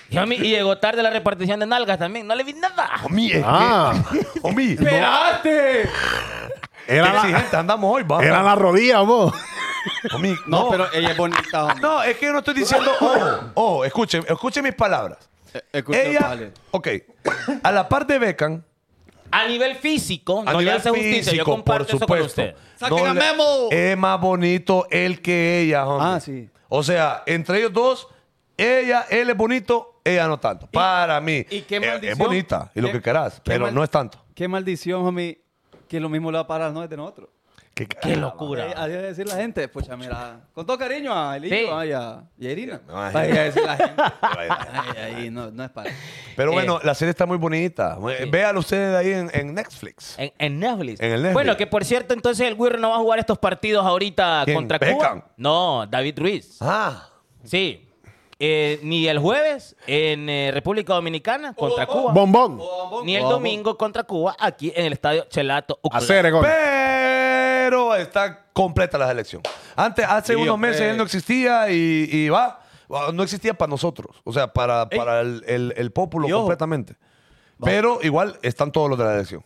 Y, a mí- y llegó tarde la repartición de nalgas también. No le vi nada.
Homie, es
Ah.
que... Homie, no,
¡Espérate!
Era
qué
la,
exigente andamos hoy, vamos.
era la rodilla, vos.
Homie,
No, pero ella es bonita, homie.
No, es que yo no estoy diciendo. oh, Ojo, ojo, escuchen, escuchen mis palabras.
Eh, escucha,
Ella.
vale.
Ok. A la par de Beckham,
A nivel físico,
a
no le
nivel
hace justicia.
físico,
Yo comparto
por
eso con
supuesto.
usted.
¡Saquen
no
a
le-
Memo!
Es más bonito él que ella, homie.
Ah, sí.
O sea, entre ellos dos, ella, él es bonito, ella no tanto. Para mí. eh,
y qué
Es- es,
maldición.
bonita y lo
Qué-
que querás,
qué
pero
mal-
no es tanto.
Qué maldición, homie, que lo mismo le va a parar no es de nosotros.
Qué,
Qué
Eh,
locura.
Así va a decir la gente, pucha, mira, con todo cariño a Elillo
Sí.
ay, a- y a Irina.
Me
Va
imagino.
a decir la gente.
Vaya.
Ay, ahí, no, no es para.
Pero
Eh,
bueno, la serie está muy bonita. Véalo ustedes ahí en, en
Eh.
Netflix.
En, en Netflix.
En el Netflix.
Bueno, que por cierto, entonces el Guirro no va a jugar estos partidos ahorita
¿Quién?
contra
Beckham.
Cuba. No, David Ruiz.
Ah.
Sí. Eh, ni el jueves en eh, República Dominicana contra Cuba.
Bombón.
Ni el domingo contra Cuba aquí en el estadio Chelato. Ucla.
Hacer, gol.
Pero está completa la selección. Antes, hace
Sí,
unos
hombre.
meses él no existía y, y va. va, No existía para nosotros, o sea, para, para el, el, el pueblo
Y ojo.
completamente. Pero igual están todos los de la selección.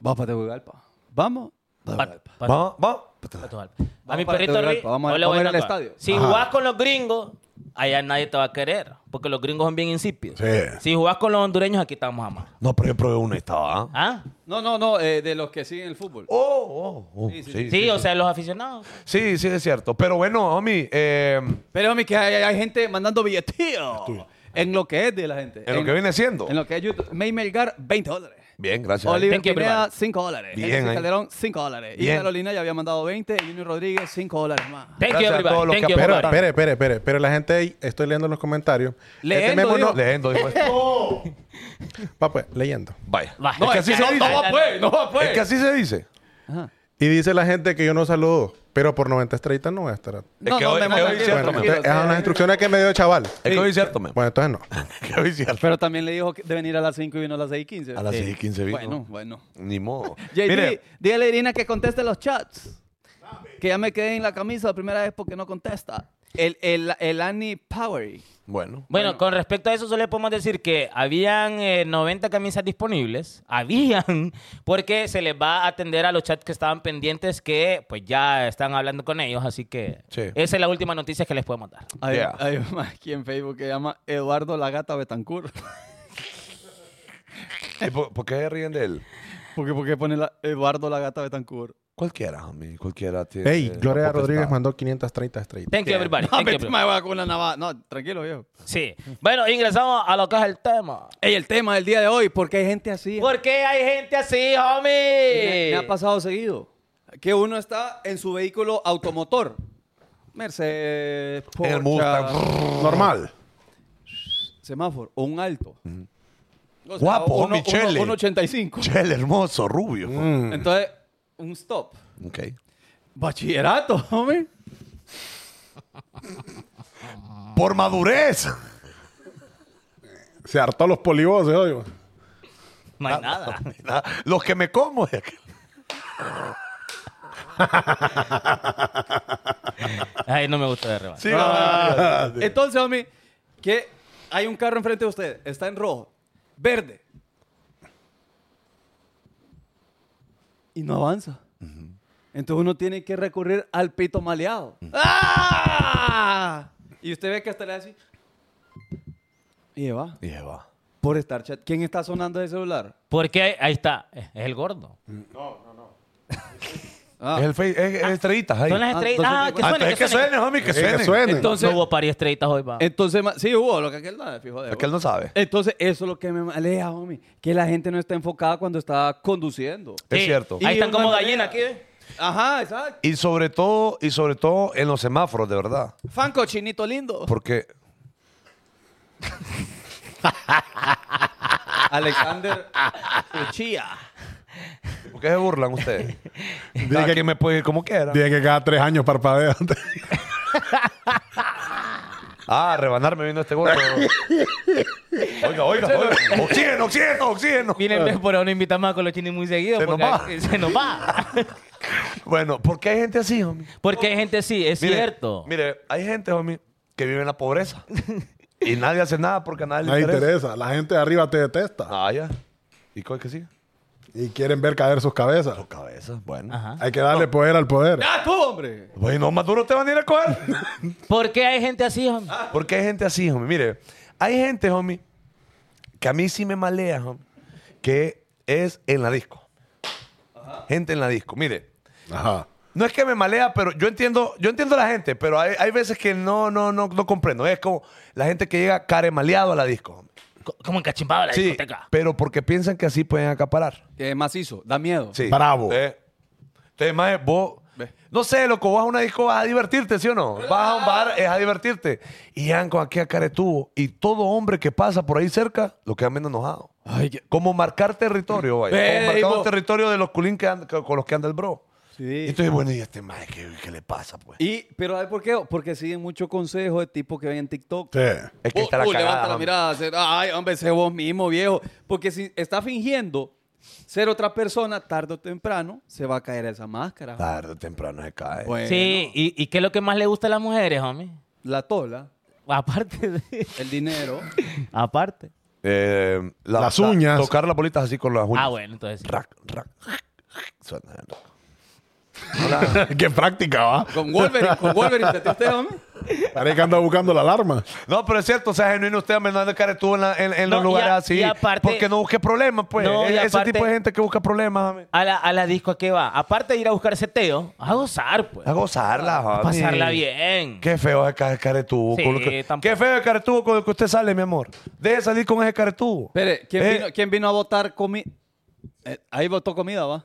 Vamos para Tegucigalpa. Vamos.
Pa- pa-
¿Va? ¿Va?
pa- pa- A mi
para
perrito
Tegucigalpa,
Ruiz,
vamos a-
no le
vamos
voy
a ir
a
al
nada.
estadio.
Si
Ajá.
jugás con los gringos, allá nadie te va a querer. Porque los gringos son bien insípidos.
Sí.
Si jugás con los hondureños, aquí estamos a más.
No, pero yo probé uno y estaba. ¿ah?
¿Ah?
No, no, no, eh, de los que siguen el fútbol.
Oh, oh, oh, Sí,
Sí, sí,
sí,
Sí, o sea, los aficionados.
sí, sí, es cierto. Pero bueno, homie, eh,
Pero, homie, que hay, hay gente mandando billetío en lo que es de la gente.
en lo que viene siendo.
En lo que es YouTube. May Melgar, 20 dólares.
Bien, gracias.
Oliver
Thank you,
Pineda,
brother.
5 dólares.
Bien,
Alexis
ahí.
Calderón, 5 dólares. Y
Bien.
Carolina ya había mandado 20. Y Junior Rodríguez, 5 dólares más.
Thank
Gracias a
you, everybody.
todos los
Thank
que
you,
Pero,
everybody.
espere, espere, espere. Pero la gente ahí, estoy leyendo los comentarios.
Este
Leyendo,
Memo
digo.
no-
Leyendo, dijo esto.
Va, pues, leyendo.
Vaya.
Va.
es que así se dice.
pues, no va
Es que así se dice.
Ajá.
Y dice la gente que yo no saludo. Pero por 90 estrellitas no voy a estar. a-
Es que hoy-
me
es
mando
hoy
aquí,
cierto,
tranquilo,
Bueno, entonces, esas son las
ustedes-
instrucciones que me dio el chaval.
Es que hoy es cierto, men.
Bueno, entonces no.
Es que hoy es cierto.
Pero también le dijo que- de venir a las 5 y vino a las 6 y 15.
A las
Sí.
6 y 15 vino.
Bueno, bueno.
Ni modo.
JD,
Mire,
dígale a Irina que conteste los chats. Que ya me quedé en la camisa la primera vez porque no contesta. El, el, el Annie Powery.
bueno.
Bueno, con respecto a eso, solo le podemos decir que habían eh, 90 camisas disponibles. Habían, porque se les va a atender a los chats que estaban pendientes, que pues ya están hablando con ellos. Así que
Sí.
esa es la última noticia que les podemos dar.
Hay,
Yeah.
hay un aquí en Facebook que llama Eduardo Lagata Betancourt.
Eh, ¿Por, por qué ríen de él?
porque porque pone la- Eduardo Lagata Betancourt.
Cualquiera, a mí, cualquiera tiene.
Ey,
la
Gloria
potestad.
Rodríguez mandó 530 estrellitas.
Thank you, everybody.
No,
Thank you,
vete,
everybody.
me voy con la navaja. No, tranquilo, viejo.
Sí. Bueno, ingresamos a lo que es el tema.
Ey, el tema del día de hoy, porque hay gente así.
¿Por qué hay gente así, homie?
Me, me
Eh.
ha pasado seguido. Que uno está en su vehículo automotor. Mercedes,
En el
Porsche,
Mustang.
Normal.
semáforo, o un alto. O sea,
Guapo,
uno-
homie,
uno-
chele.
un 85.
Chel, hermoso, rubio. pues.
Entonces, un stop.
Ok.
Bachillerato, homie.
Por madurez.
Eh, Se hartó los polivoces, oigo.
Ah, No hay nada.
Los que me como. de aquel.
Ay, no me gusta de rebaño.
Sí, va.
Entonces, homie, que hay un carro enfrente de usted, está en rojo, verde. Y no avanza. Entonces uno tiene que recurrir al pito maleado. ¡Ah! Y usted ve que hasta le hace así. Y se va.
Y se va.
Por estar chat. ¿Quién está sonando de celular?
Porque ahí está, es el gordo.
Ah.
Es el face, es, es estrellitas ahí.
Son las
Ah,
estrellitas. Ah,
entonces-
que
Ah,
suene,
entonces que suene, homie,
Eh,
que suene.
Que suene.
Entonces,
No hubo par estrellitas hoy, va.
entonces, ma- sí hubo lo que aquel no, fijo de
Aquel no sabe.
Entonces, eso es lo que me malea, homie. Que la gente no está enfocada cuando está conduciendo.
Es cierto.
Ahí
Y
están
una
como
manera.
gallinas aquí. ¿eh?
Ajá, exacto.
Y sobre todo, y sobre todo en los semáforos, de verdad.
Fanco, chinito lindo.
Porque
Alexander Uchía.
¿Por qué se burlan ustedes? Cada
que-
quien me puede ir como quiera.
Tiene que cada tres años parpadea.
Ah, a rebanarme vino este gordo. oiga, oiga, oiga. Oxígeno, oxígeno, oxígeno.
Miren, ves, por ahora no invitamos a Colochini muy seguido.
Ah. Se nos
porque
va.
Se nos va.
Bueno, ¿por qué hay gente así, homie?
Porque hay gente así, es
Mire,
cierto.
Mire, hay gente, homie, que vive en la pobreza. y nadie hace nada porque a nadie le
No
interesa.
interesa. La gente de arriba te detesta.
Ah, ya. ¿Y cuál que sigue?
Y quieren ver caer sus cabezas.
Cabezas, bueno.
Ajá.
Hay que darle poder al poder.
¡Ah, tú, hombre!
Bueno, más duro te van a ir a coger.
¿Por qué hay gente así, hombre?
Porque hay gente así, homie. Mire, hay gente, homie, que a mí sí me malea, homie, que es en la disco. Gente en la disco. Mire,
Ajá.
no es que me malea, pero yo entiendo, yo entiendo a la gente, pero hay, hay veces que no, no, no, no comprendo. Es como la gente que llega caremaleado a la disco. homie.
Co- Como encachimbado la
sí,
discoteca.
pero porque piensan que así pueden acaparar.
Es macizo, da miedo.
Sí.
Bravo.
Eh. Entonces, maje, vos.
Ve.
No sé, loco, vas a una disco, vas a divertirte, ¿sí o no? Vas a un bar, es a divertirte. Y llegan con aquí a caretubo. Y todo hombre que pasa por ahí cerca, lo quedan menos enojado.
Ay, qué-
Como marcar territorio, vaya.
Ve,
Como marcar
Divo.
un territorio de los culín que anda- con los que anda el bro.
Sí.
Y entonces, bueno, ¿y este maje qué, qué le pasa, pues?
Y, pero ¿sabes por qué? Porque siguen mucho consejo de tipo que ven en TikTok.
Sí.
Es
Oh,
que está la
Uh, uh,
cagada,
levanta la
hombre.
mirada, hacer, ay, hombre, sé vos mismo, viejo. Porque si está fingiendo ser otra persona, tarde o temprano se va a caer esa máscara.
Tarde o temprano se cae.
Bueno,
Sí, ¿y, y qué es lo que más le gusta a las mujeres, homie?
La tola,
Aparte de...
el dinero.
Aparte.
Eh, la-
Las
la-
uñas.
tocar las bolitas así con las uñas.
Ah, bueno, entonces. sí.
Rac, rac, rac. Suena. loco. Ah.
Qué práctica, va.
Con Wolverine, con Wolverine, ¿te usted, hombre?
Parece que anda buscando la alarma.
No, pero es cierto, o sea, genuino usted amenazando cara estuvo en, la- en- en los
No, y
lugares
a-
así.
y aparte-
porque no busque problemas, pues.
No, y
E- Ese
aparte-
tipo de gente que busca problemas, homie.
A la, a la disco, ¿a qué va? Aparte de ir a buscar seteo, a gozar, pues.
A gozarla, homie.
A pasarla bien.
Ah, Qué feo es el caretubo.
Sí,
con lo que-
tampoco.
Qué feo es el caretubo con el que usted sale, mi amor. Deje de salir con ese caretubo.
Espere, ¿quién,
Eh,
vino, quién vino a votar comida? ahí votó comida, ¿va?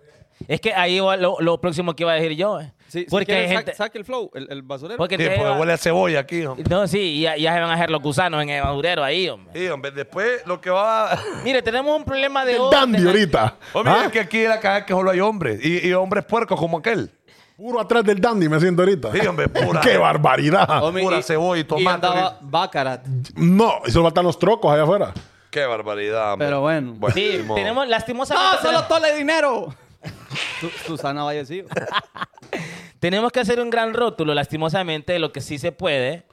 Es que ahí va lo, lo próximo que iba a decir yo, eh.
Sí, si
porque
quiere,
hay
sa-
gente...
saque el flow, el, el basurero.
Porque
Sí,
te
porque
va-
huele a cebolla aquí, hombre.
No, sí, ya, ya se van a hacer los gusanos en el madurero ahí, hombre.
Sí, hombre, después lo que va...
Mire, tenemos un problema de
El
orden
dandy
aquí.
Oh,
ahorita.
Hombre,
¿Ah?
es que aquí en la caja que solo hay hombres. Y, y hombres puercos como aquel.
Puro atrás del dandy me siento ahorita.
Sí, hombre, pura. Oh.
¡Qué barbaridad!
Homie,
Pura
y-
cebolla y tomate.
Y andaba Baccarat.
No, y solo faltan los trocos allá afuera.
Qué barbaridad, hombre.
Pero bueno.
Sí,
ni modo.
tenemos lastimosamente.
¡No, solo
tenemos-
tole dinero! Su- Susana Vallecillo.
Tenemos que hacer un gran rótulo, lastimosamente, de lo que sí se puede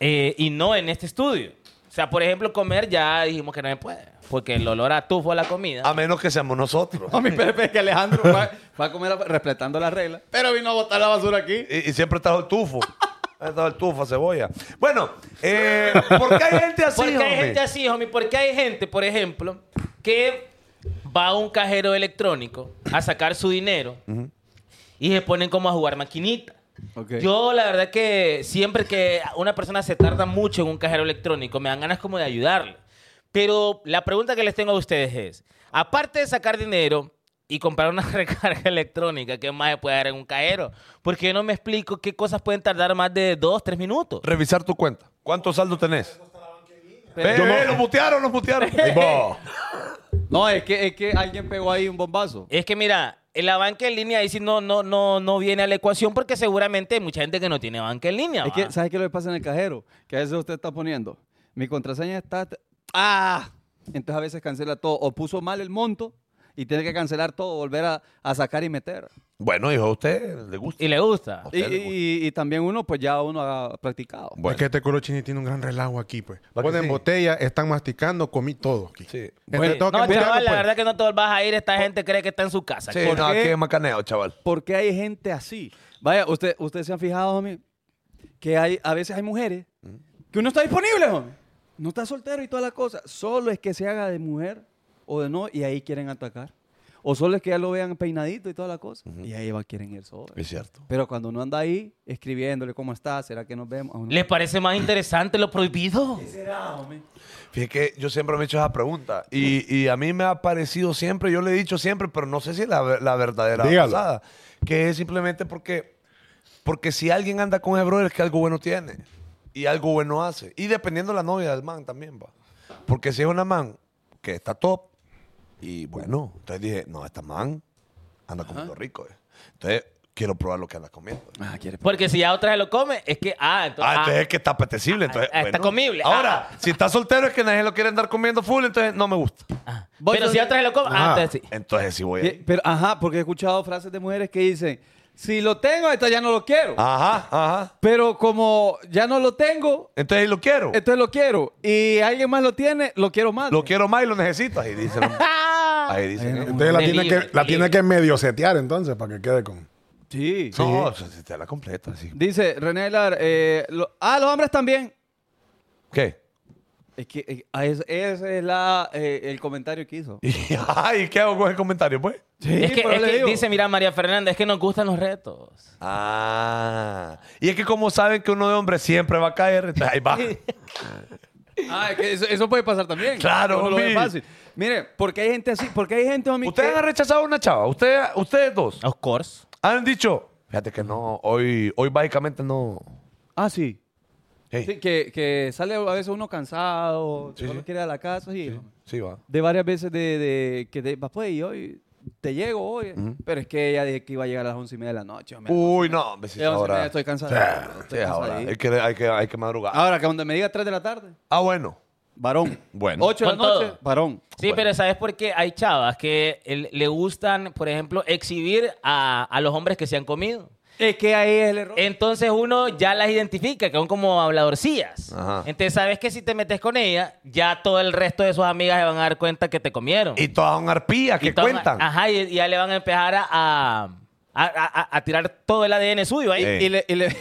eh, y no en este estudio. O sea, por ejemplo, comer ya dijimos que no se puede, porque el olor a tufo a la comida.
A menos que seamos nosotros.
Homie, pero es que Alejandro fue, fue a comer a- respetando las reglas. Pero vino a botar la basura aquí.
Y, y siempre trajo el tufo. Ha estado el tufo, cebolla. Bueno, eh, ¿por qué hay gente así,
¿Por qué hay
hombre?
gente así, homie? ¿Por qué hay gente, por ejemplo, que va a un cajero electrónico a sacar su dinero y se ponen como a jugar maquinita?
Ok.
Yo, la verdad que siempre que una persona se tarda mucho en un cajero electrónico, me dan ganas como de ayudarle. Pero la pregunta que les tengo a ustedes es, aparte de sacar dinero y comprar una recarga electrónica, ¿qué más se puede dar en un cajero? Porque yo no me explico qué cosas pueden tardar más de dos, tres minutos.
Revisar tu cuenta. ¿Cuánto saldo tenés?
Pero-
Ve,
Yo
ve,
no-
Los mutearon, los mutearon.
Bo.
No, es que, es que alguien pegó ahí un bombazo.
Es que mira, la banca en línea ahí sí no, no, no, no viene a la ecuación porque seguramente hay mucha gente que no tiene banca en línea.
Es
¿va?
que, ¿sabes qué es lo que pasa en el cajero? Que a veces usted está poniendo. Mi contraseña está. ¡Ah! Entonces a veces cancela todo. O puso mal el monto y tiene que cancelar todo, volver a, a sacar y meter.
Bueno, hijo, a usted le gusta.
Y le gusta.
Ok.
Y,
Ustedes,
y- y también uno, pues ya uno ha practicado.
Bueno.
Es que este colochini tiene un gran relajo aquí, pues.
que
Ponen
sí?
botella, están masticando, comí todo aquí.
Sí.
Entonces, tengo que
no,
mutearlo,
chaval, la
pues.
verdad que no todos vas a ir. Esta gente cree que está en su casa.
Sí,
Con-
no,
qué?
aquí es macaneo, chaval.
¿Por qué hay gente así? Vaya, usted, ustedes se han fijado, homie, que hay, a veces hay mujeres que uno está disponible, homie. No está soltero y toda la cosa. Solo es que se haga de mujer o de no y ahí quieren atacar. O solo es que ya lo vean peinadito y toda la cosa. Y ahí va, quieren ir sobre.
Es cierto.
Pero cuando uno anda ahí escribiéndole cómo está, ¿será que nos vemos? A uno-
¿Les parece más interesante lo prohibido?
Fíjate que yo siempre me he hecho esa pregunta y, y a mí me ha parecido siempre, yo le he dicho siempre, pero no sé si es la, ver- la verdadera
Dígalo.
pasada, que es simplemente porque, porque si alguien anda con ese brother es que algo bueno tiene y algo bueno hace. Y dependiendo la novia del man también va. Porque si es una man que está top y bueno, entonces dije, no, esta man anda comiendo rico. eh. Entonces quiero probar lo que anda comiendo.
Ah, quiere.
Porque si ya otra se lo come, es que. Ah,
Ah,
entonces.
entonces
ah,
es que está apetecible. Entonces,
ah, está comible.
Ahora,
Ah.
si está soltero es que nadie lo quiere andar comiendo full, entonces no me gusta.
ah.
Voy
Pero
a-
si ya otra se lo come, ah,
Ajá.
entonces sí.
Entonces sí voy a
Eh,
ir.
Pero, ajá, porque he escuchado frases de mujeres que dicen, si lo tengo, esto ya no lo quiero.
Ajá, ajá.
Pero como ya no lo tengo,
Entonces lo quiero.
Entonces lo quiero. Y alguien más lo tiene, lo quiero más.
Lo quiero más y lo necesito. Ahí dicen. Ahí dicen.
Entonces la
De
tiene,
libre,
que, la
de
tiene
libre.
que medio setear entonces para que quede con.
Sí.
No, o sea, si te la completa, sí.
Dice René Aguilar, eh, lo- ah, los hombres también.
¿Qué?
Es que eh, ah, es- ese es la, eh, el comentario que hizo.
Y, ay, ¿qué hago con el comentario, pues?
Sí,
Es que,
pero
es
le
que
digo.
dice, mira, María Fernanda, es que nos gustan los retos.
Ah. Y es que como saben que uno de hombre siempre va a caer, entonces ahí va.
Ah, es que eso, eso puede pasar también.
Claro,
Uno lo ve
homie.
fácil. Mire, porque hay gente así, porque hay gente, homie,
Ustedes
que-
han rechazado una chava. Ustedes, ustedes dos
Of course.
han dicho, fíjate que no, hoy, hoy básicamente no.
Ah, sí.
Hey,
Sí, que, que sale a veces uno cansado, que
Sí,
solo
sí.
quiere ir a la casa. Sí.
sí va.
De varias veces de, de- que de, va, pues, y hoy te llego hoy. Pero es que ella dijo que iba a llegar a las once y media de la noche. hombre.
Uy, no, me
Ya, once y media,
ahora.
estoy cansado.
Sí,
Estoy Ah.
es ahora.
cansadito.
Es que hay que, hay que madrugar.
Ahora, que donde me diga 3 de la tarde,
Ah, bueno.
varón.
Bueno.
8 de la
Con todo.
noche, varón.
Sí, pero ¿sabes por qué? Hay chavas que el- le gustan, por ejemplo, exhibir a, a los hombres que se han comido.
Es que ahí es el error.
Entonces uno ya las identifica, que son como habladorcillas.
Ajá.
Entonces sabes que si te metes con ella, ya todo el resto de sus amigas se van a dar cuenta que te comieron.
Y todas son arpías
Y
que
todas-
cuentan.
Ajá, y, y ya le van a empezar a, a, a- a- a tirar todo el ADN suyo ahí.
Eh.
Y, le, y, le,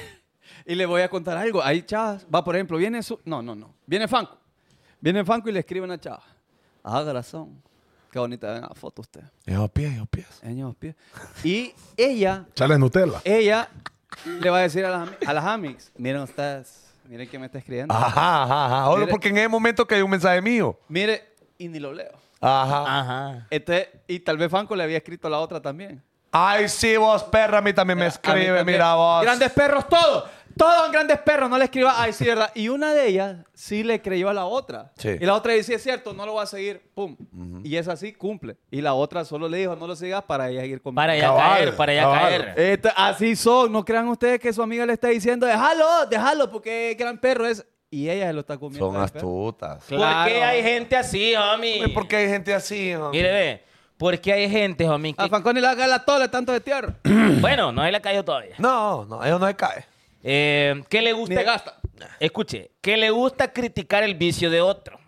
y le voy a contar algo. Ahí, chavas, va, por ejemplo, viene su... No, no, no. Viene Fanco. Viene Fanco y le escribe una chava. Ah, corazón. Qué bonita la foto usted.
Esos pies, esos pies.
Ella los pies. Y ella,
Chales Nutella.
ella le va a decir a las, ami- a las amics, miren ustedes, miren que me está escribiendo.
Ajá, ajá, ajá. Solo
Mire-
porque en ese momento que hay un mensaje mío.
Mire, y ni lo leo. Ah.
Ajá.
Ajá.
Entonces, y tal vez Fanco le había escrito a la otra también.
Ay, sí, vos, perra, a mí también me
A mí
escribe,
también.
mira vos.
Grandes perros todos. Todos grandes perros, no le escriba, ay, sí, ¿verdad? Y una de ellas sí le creyó a la otra.
Sí.
Y la otra dice, es cierto, no lo va a seguir, pum. Y es así, cumple. Y la otra solo le dijo, no lo sigas para ella ir conmigo.
Para ya
Cabal,
caer, para ya
cabal.
caer.
Esta- así son, no crean ustedes que su amiga le está diciendo, déjalo, déjalo, porque gran perro es. Y ella se lo está comiendo.
Son
el perro.
astutas.
¿Por
Claro.
qué hay gente así, homie?
Hombre, ¿Por qué hay gente así, hombre?
Mire, ve. ¿Por qué hay gente, homie? que-
A Fanconi le haga la tola tanto de tierra.
Bueno, no, él la cayó todavía.
No, no, ellos no se cae.
Eh, ¿Qué le gusta?
Ni le gasta.
Escuche, que le gusta criticar el vicio de otro.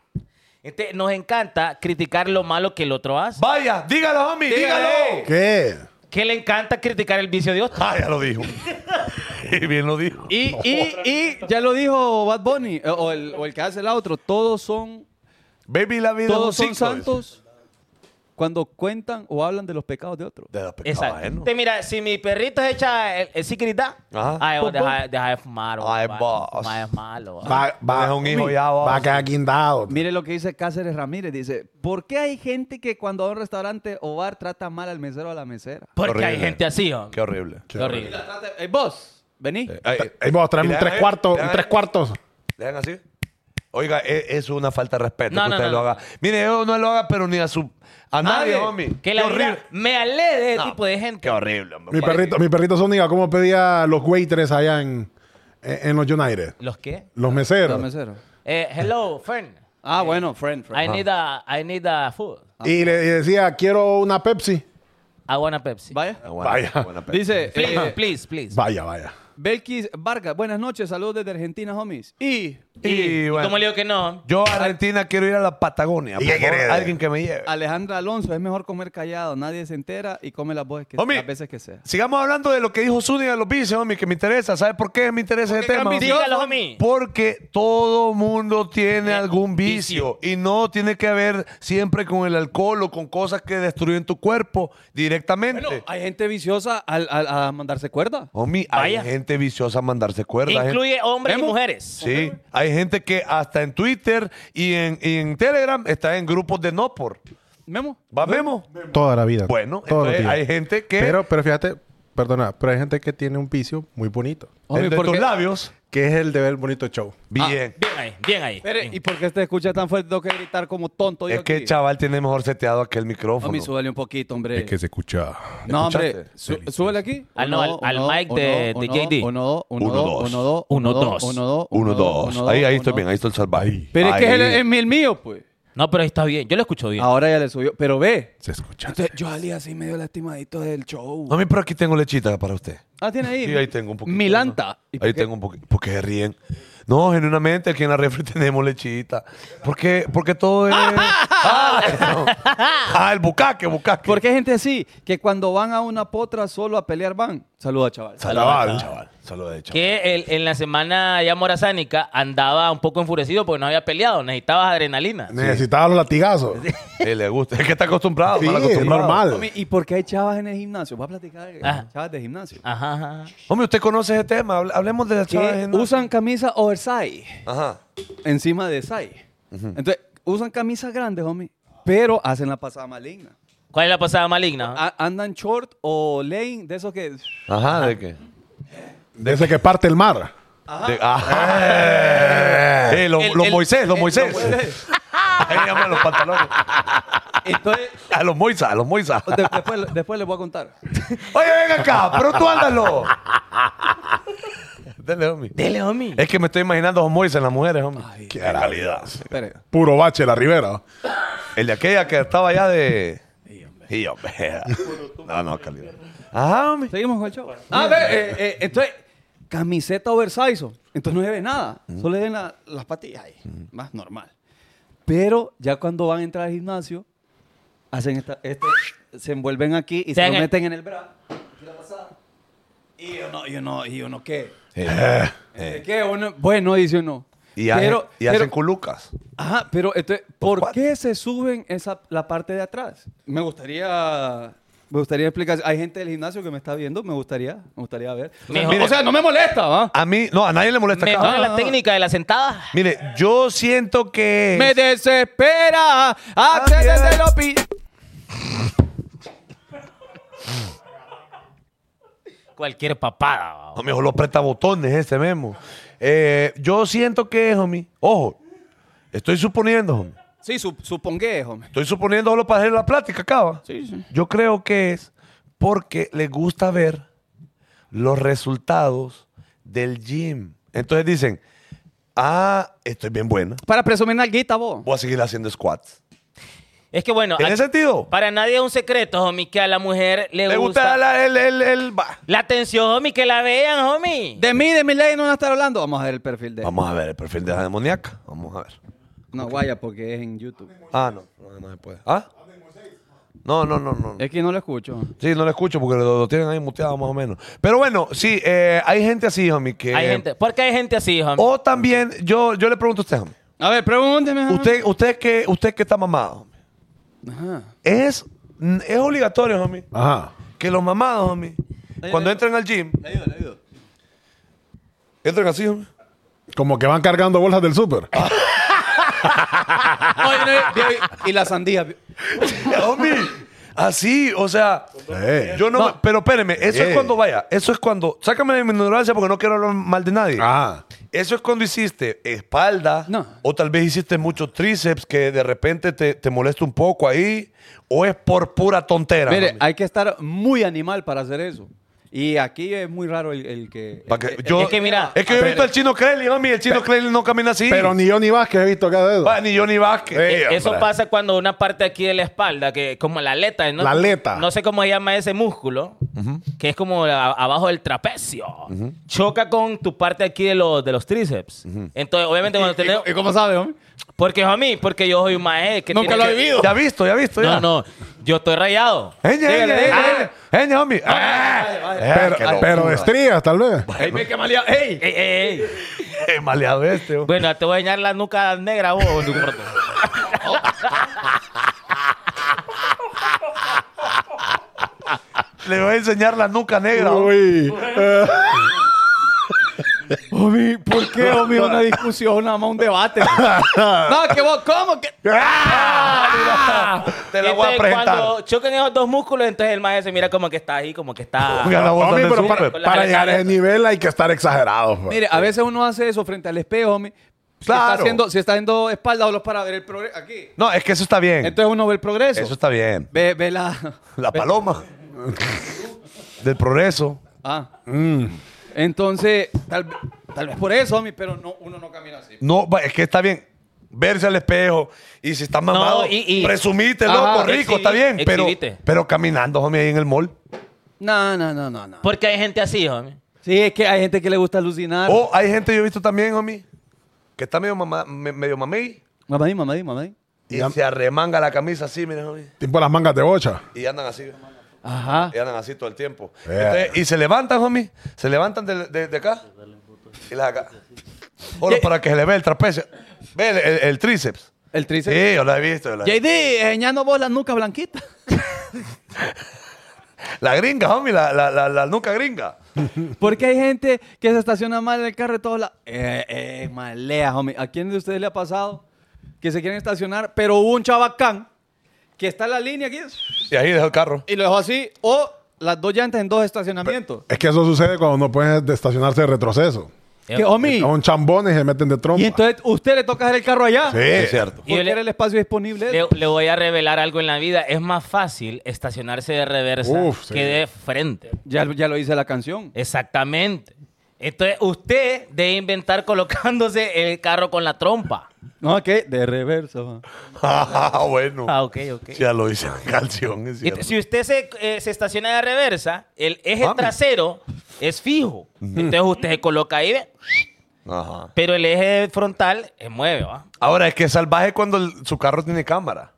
Este, nos encanta criticar lo malo que el otro hace.
Vaya, dígalo, homie, dígalo.
¿Qué?
Que le encanta criticar el vicio de otro.
Ah, ya lo dijo. y bien lo dijo.
Y, y, y ya lo dijo Bad Bunny, eh, o el, o el que hace el otro, todos son,
Baby, la vida
todos
es un
son
ciclo,
santos cuando cuentan o hablan de los pecados de otros.
dice. De los pecados
Exacto.
ajenos.
Te mira, si mi perrito se echa el, el cigarita,
Ajá.
ay, vos
Pum, pum.
deja, deja de fumar. vos,
Ay,
va.
vos.
Ma, es malo. va.
Va, va,
Es un hijo
uy,
ya, vos.
va a quedar guindado.
Mire lo que dice Cáceres Ramírez, dice, ¿por qué hay gente que cuando va a un restaurante o bar trata mal al mesero o a la mesera?
Porque hay
horrible.
gente así, hombre.
Qué horrible.
Qué horrible.
La trata- eh, vos, vení.
Ay,
Ahí vos, traeme
¿Y
un
le
tres
dan-
cuartos,
le
un
dan-
tres cuartos.
¿Dejan así? Oiga, e- es, una falta de respeto
No,
que
no,
usted
no,
lo
no.
haga. Mire, yo no lo haga, pero ni a su... A nadie, homie.
Que la
Qué
vida-
horrible.
me alé de ese
No.
tipo de gente.
Qué horrible, hombre.
Mi perrito, mi perrito Zúñiga, ¿cómo pedía los waiters allá en, en, en los United?
¿Los qué?
Los meseros.
Los meseros.
Eh, hello, friend.
Ah, bueno, friend, friend.
I need a, I need a food.
Y le y decía, quiero una Pepsi.
I want a Pepsi.
Vaya.
Ah, buena-
Vaya.
buena perra.
Dice,
Please,
eh,
please, please.
Vaya, vaya.
Belkis Vargas, buenas noches, saludos desde Argentina, homies. Y
Y,
¿Y
bueno,
cómo le digo que no?
yo a Argentina quiero ir a la Patagonia.
¿Y
por
qué
favor,
querés?
Alguien que me lleve.
Ah.
Alejandra Alonso, es mejor comer callado, nadie se entera y come las, voces que,
Homie.
las veces que sea.
Sigamos hablando de lo que dijo Zúñiga de los vicios, homie, que me interesa. ¿Sabe por qué me interesa ese tema? homie?
Dígalo a mí.
Porque todo mundo tiene
Eh,
algún vicio y no tiene que ver siempre con el alcohol o con cosas que destruyen tu cuerpo directamente.
Bueno, hay gente viciosa al, al- a mandarse cuerda.
Homie, hay
Vaya.
gente viciosa a mandarse cuerdas. hay
Incluye hombres
¿Vemos?
y mujeres.
¿eh? Sí, hay gente que hasta en Twitter y en, y en Telegram está en grupos de no por.
Memo.
¿Va, Memo?
Toda la vida.
Bueno,
Todos los
entonces
días.
hay gente que...
Pero, pero fíjate, perdona, pero hay gente que tiene un vicio muy bonito.
Homie,
el de
¿por
tus
qué? Ah,
labios.
Que es el de ver el bonito show.
Bien.
Bien ahí, bien ahí.
Espere,
Bien.
¿y por qué te escucha tan fuerte? Tengo que gritar como tonto. yo
es que el
aquí.
chaval tiene mejor seteado aquel micrófono.
Homie, súbele un poquito, hombre.
se escucha.
no, hombre,
¿Escuchaste?
su- súbele aquí.
Ah, no, al- al mic de- de JD.
1, 2,
Uno,
1,
dos.
2,
Uno,
1,
dos.
2, 1, 2,
Uno, dos. ahí, ahí estoy bien, ahí estoy el salvaje.
Pero es que es el,
Ahí.
es el mío, pues.
No, pero está bien. Yo lo escucho bien.
Ahora ya le subió. Pero ve.
Se escucha.
Entonces, Este, yo salí así medio lastimadito del show.
Mami, pero aquí tengo lechita para usted.
Ah, tiene ahí.
Ah, Sí, ahí tengo un poquito.
Milanta. ¿Y por
Ahí
qué?
tengo un poquito. ¿Por qué se ríen? No, genuinamente, aquí en la refri tenemos lechita. Porque, porque todo es. ah, no. Ah, el bucaque, bucaque.
Porque hay gente así que cuando van a una potra solo a pelear van. Saluda, chaval.
Saludad, chaval. Saludad, chaval.
Que el- en la semana ya morazánica andaba un poco enfurecido porque no había peleado. Necesitabas adrenalina.
Necesitaba los latigazos.
Eh, le gusta. Es que está acostumbrado.
Sí,
mal
es
acostumbrado.
normal.
Homie, ¿Y por qué hay chavas en el gimnasio? Voy a platicar de
Ajá.
chavas de gimnasio.
Ajá, ajá.
Hombre, usted conoce ese tema. Hable- Hablemos de las
Que
chavas. en-
usan camisa oversize
Ajá.
encima de size. Entonces, usan camisas grandes, homie, pero hacen la pasada maligna.
¿Cuál es la pasada maligna?
A- andan short o lane de esos que...
Ajá, ¿de qué?
De ese que parte el mar.
De- Ajá. Eh, los
El-
los
el-
Moisés, los
el-
Moisés.
los Moisés.
Ahí llaman los pantalones.
Entonces,
A los Moisés, a los Moisés.
de- después, después les voy a contar.
Oye, ven acá, pero tú ándalo. Dele, homie.
Dele, homie.
Es que me estoy imaginando a los Moisés en las mujeres, homie.
Qué calidad.
Espere.
Puro bache la Rivera.
El de aquella que estaba allá de. Y hombre. No, no, calidad. Ajá, homie.
Seguimos con el show. A ver, eh, eh, entonces, camiseta oversize. oh. Entonces no le ven nada.
Mm.
Solo le ven la- las patillas ahí. Más normal. Pero ya cuando van a entrar al gimnasio, hacen esta, este, se envuelven aquí y se
Tengan-
lo meten en el brazo. Aquí la pasada. Y uno, y uno, y uno, ¿qué?
Eh,
¿De ¿Qué? Uno- bueno, dice uno.
Y, hacen-
Pero-
y hacen
pero-
culucas.
Ajá, pero entonces, ¿por
cuatro.
qué se suben esa, la parte de atrás? Me gustaría... Me gustaría explicar. Hay gente del gimnasio que me está viendo. Me gustaría, me gustaría ver. O sea,
Mejor-
o sea, no me molesta, ¿va?
A mí, no, a nadie le molesta
Mejor
acá.
la técnica de la sentada.
Mire, yo siento que.
Me desespera.
Accede de lo
cualquier papada. va.
No, mijo, los prestabotones ese este memo. Eh, yo siento que, homie, ojo, estoy suponiendo, homie.
Sí, su- supongué, hombre.
Estoy suponiendo solo para hacer la plática, acaba. Yo creo que es porque les gusta ver los resultados del gym. Entonces dicen, ah, estoy bien buena.
Para presumir nalguita, vos.
Voy a seguir haciendo squats.
Es que bueno,
¿Tiene
a-
sentido?
para nadie es un secreto, homie, que a la mujer le,
Le gusta,
gusta, la...
la- el, el, el- bah.
atención, homie, que la vean, homie.
De mí, de mi ley, no van a estar hablando. Vamos a ver el perfil de.
Vamos a ver el perfil de la demoníaca. Vamos a ver.
No, guaya, porque es en YouTube.
Ah, no. No, no se puede. ¿Ah? No, no, no, no.
Es que no lo escucho.
Sí, no lo escucho porque lo, lo tienen ahí muteado más o menos. Pero bueno, sí, eh, hay gente así, homie, que...
Hay gente, ¿Por qué hay gente así, homie?
O también, yo, yo le pregunto a usted, homie.
A ver, pregúnteme. hombre.
Usted, usted que, usted que está mamado, homie.
Ajá.
Es, es obligatorio, homie,
Ajá.
que los mamados, homie,
Ahí,
cuando
ahí.
entren al gym, entren así, homie.
Como que van cargando bolsas del súper.
Ay, no, vi- vi- y la sandía. vi-
homie, así, o sea,
Eh.
yo no, me- pero espéreme, eso es
Eh.
cuando vaya, eso es cuando, sácame de mi ignorancia porque no quiero hablar mal de nadie.
Ajá.
Eso es cuando hiciste espalda,
No.
o tal vez hiciste muchos tríceps que de repente te, te molesta un poco ahí, o es por pura tontera.
Mire,
homie.
hay que estar muy animal para hacer eso. Y aquí es muy raro el, el que. el
Pa' que-
que-
yo-
es que mira-
es que yo he visto al chino Crelly, homie, el chino Crelly no camina así.
Pero ni yo ni Vázquez he visto cada dedo.
Va, ni yo ni Vázquez.
Eh,
Eso
hombre.
pasa cuando una parte aquí de la espalda, que como la aleta, ¿no?
La aleta.
No sé cómo se llama ese músculo, que es como a- abajo del trapecio. Choca con tu parte aquí de los, de los tríceps. Entonces, obviamente, cuando tenés...
¿Y cómo sabe, hombre?
Porque, homie, porque yo soy un maestro que
Nunca
tiene
lo
que-
he vivido.
Ya ha visto, ya ha visto.
No,
ya.
no, yo estoy rayado.
Eña, eña,
Dígale,
eña,
dígale.
eña, eña, homie. Ah, ah,
Pero,
qué locura.
pero de estrías, tal vez.
¡Ey, ve qué malía! ¡Ey!
Ey, ey, ey.
Eh, maleado este. homie.
Bueno, te voy a enseñar la nuca negra vos. no importa.
Le voy a enseñar la nuca negra. oh. homie.
Uy. Eh,
Omi, ¿por qué, Omi? Una discusión, nada más un debate. no, que vos, ¿cómo? que?
Te la voy a
Entonces,
presentar.
Este, Cuando chocan esos dos músculos, entonces el maestro se mira como que está ahí, como que está...
Ponga la voz
homie,
del
pero
súper.
para,
Con la
para
aleta,
llegar a ese
aleta.
nivel hay que estar exagerado. pues.
Mire, a veces uno hace eso frente al espejo, Omi. Si está
Claro.
haciendo, si está haciendo espalda o los para ver el progreso. Aquí.
No, es que eso está bien.
Entonces uno ve el progreso.
eso está bien.
Ve, ve la.
La paloma. del progreso.
Ah.
Mm.
Entonces, tal, ve- tal vez por eso, Omi, pero no, uno no camina así.
No, va, es que está bien. Verse al espejo y si estás mamado,
y- y-
presumite,
Ajá,
loco, rico,
exhibi-
está bien. Pero,
exhibite.
pero caminando, homie, ahí en el mall.
No, no, no, no, no.
Porque hay gente así, homie.
Sí, es que hay gente que le gusta alucinar.
O Oh, hay gente, yo he visto también, homie, que está medio, mamá, me- medio mamey
Mamá, di, mamá, di, mamá. di.
y se arremanga la camisa así, miren, homie.
Tipo las mangas de bocha.
Y andan así,
Ajá.
y andan así todo el tiempo.
Verga.
Entonces, y se levantan, homie, se levantan de, de- de acá y las acá. Solo para que se le vea el trapecio. Ve el, el- el tríceps.
El tríceps.
Sí, yo la he visto. yo la,
JD, enseñando vos la nuca blanquita.
la gringa, homie, la, la, la, la nuca gringa.
Porque hay gente que se estaciona mal en el carro de todos lados. Eh, eh, malea, homie. ¿A quién de ustedes le ha pasado que se quieren estacionar, pero hubo un chabacán que está en la línea aquí
Y ahí dejó el carro.
y lo dejó así? O las dos llantas en dos estacionamientos.
Es que eso sucede cuando no puedes estacionarse de retroceso.
eh,
Que, homie,
Son chambones y se meten de trompa.
y entonces usted le toca hacer el carro allá.
Sí.
Es cierto.
Porque
Y le-
era el espacio disponible.
Le, le voy a revelar algo en la vida. Es más fácil estacionarse de reversa
Uf, sí.
que de frente.
Ya, ya lo dice la canción.
Eh. Exactamente. Entonces, usted debe inventar colocándose el carro con la trompa.
No, ¿qué? De reverso. ma.
Ah, bueno.
Ah, ok, ok.
Sí, Ya lo dice la canción, es
Y
cierto.
si usted se, eh, se estaciona de reversa, el eje
Mami.
trasero es fijo. Entonces, usted se coloca ahí, ve,
Ajá.
pero el eje frontal se mueve, ¿va?
Ahora, es que es salvaje cuando el- su carro tiene cámara.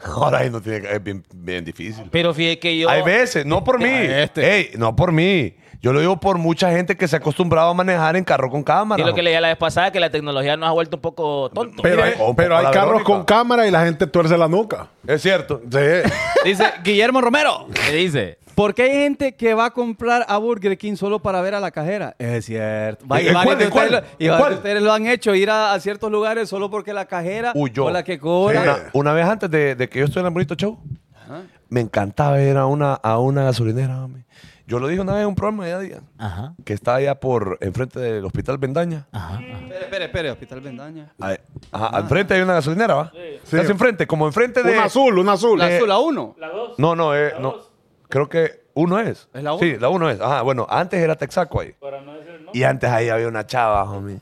Ahora ahí no tiene cámara. Es bien, bien difícil.
Pero fíjate que yo... Este.
Hay veces, no por mí. Ey, no por mí. Yo lo digo por mucha gente que se ha acostumbrado a manejar en carro con cámara.
Es lo que
¿no?
le dije la vez pasada, que la tecnología nos ha vuelto un poco tonto.
Pero
Mire,
hay,
o-
pero
o
hay
la
carros
Verónica.
con cámara y la gente tuerce la nuca.
Es cierto.
Sí.
Dice Guillermo Romero.
¿Qué dice?
¿Por qué hay gente que va a comprar a Burger King solo para ver a la cajera? Es cierto. Va- y
¿Eh, cuál,
varios de
cuál,
ustedes lo- y varios
cuál?
de ustedes lo han hecho, ir a, a ciertos lugares solo porque la cajera
Uy, yo.
o la que cobra.
Una, una vez antes de, de que yo estuviera en el bonito show, me encantaba ir a una, a una gasolinera. hombre. Yo lo dije una vez en un programa de Adidas,
Ajá,
que está allá por enfrente del Hospital Bendaña.
ajá, ajá.
Espere, espere, espere, Hospital Vendaña.
Ahí- ajá, al frente hay una gasolinera, ¿va? Casi enfrente, como enfrente de.
Un azul, un azul. Eh,
La azul, la 1.
La dos.
No, no, eh, no. Creo que uno es.
¿Es la uno?
Sí, la uno es. Ajá, bueno, antes era Texaco ahí.
Para no decir el nombre.
Y antes ahí había una chava, homie.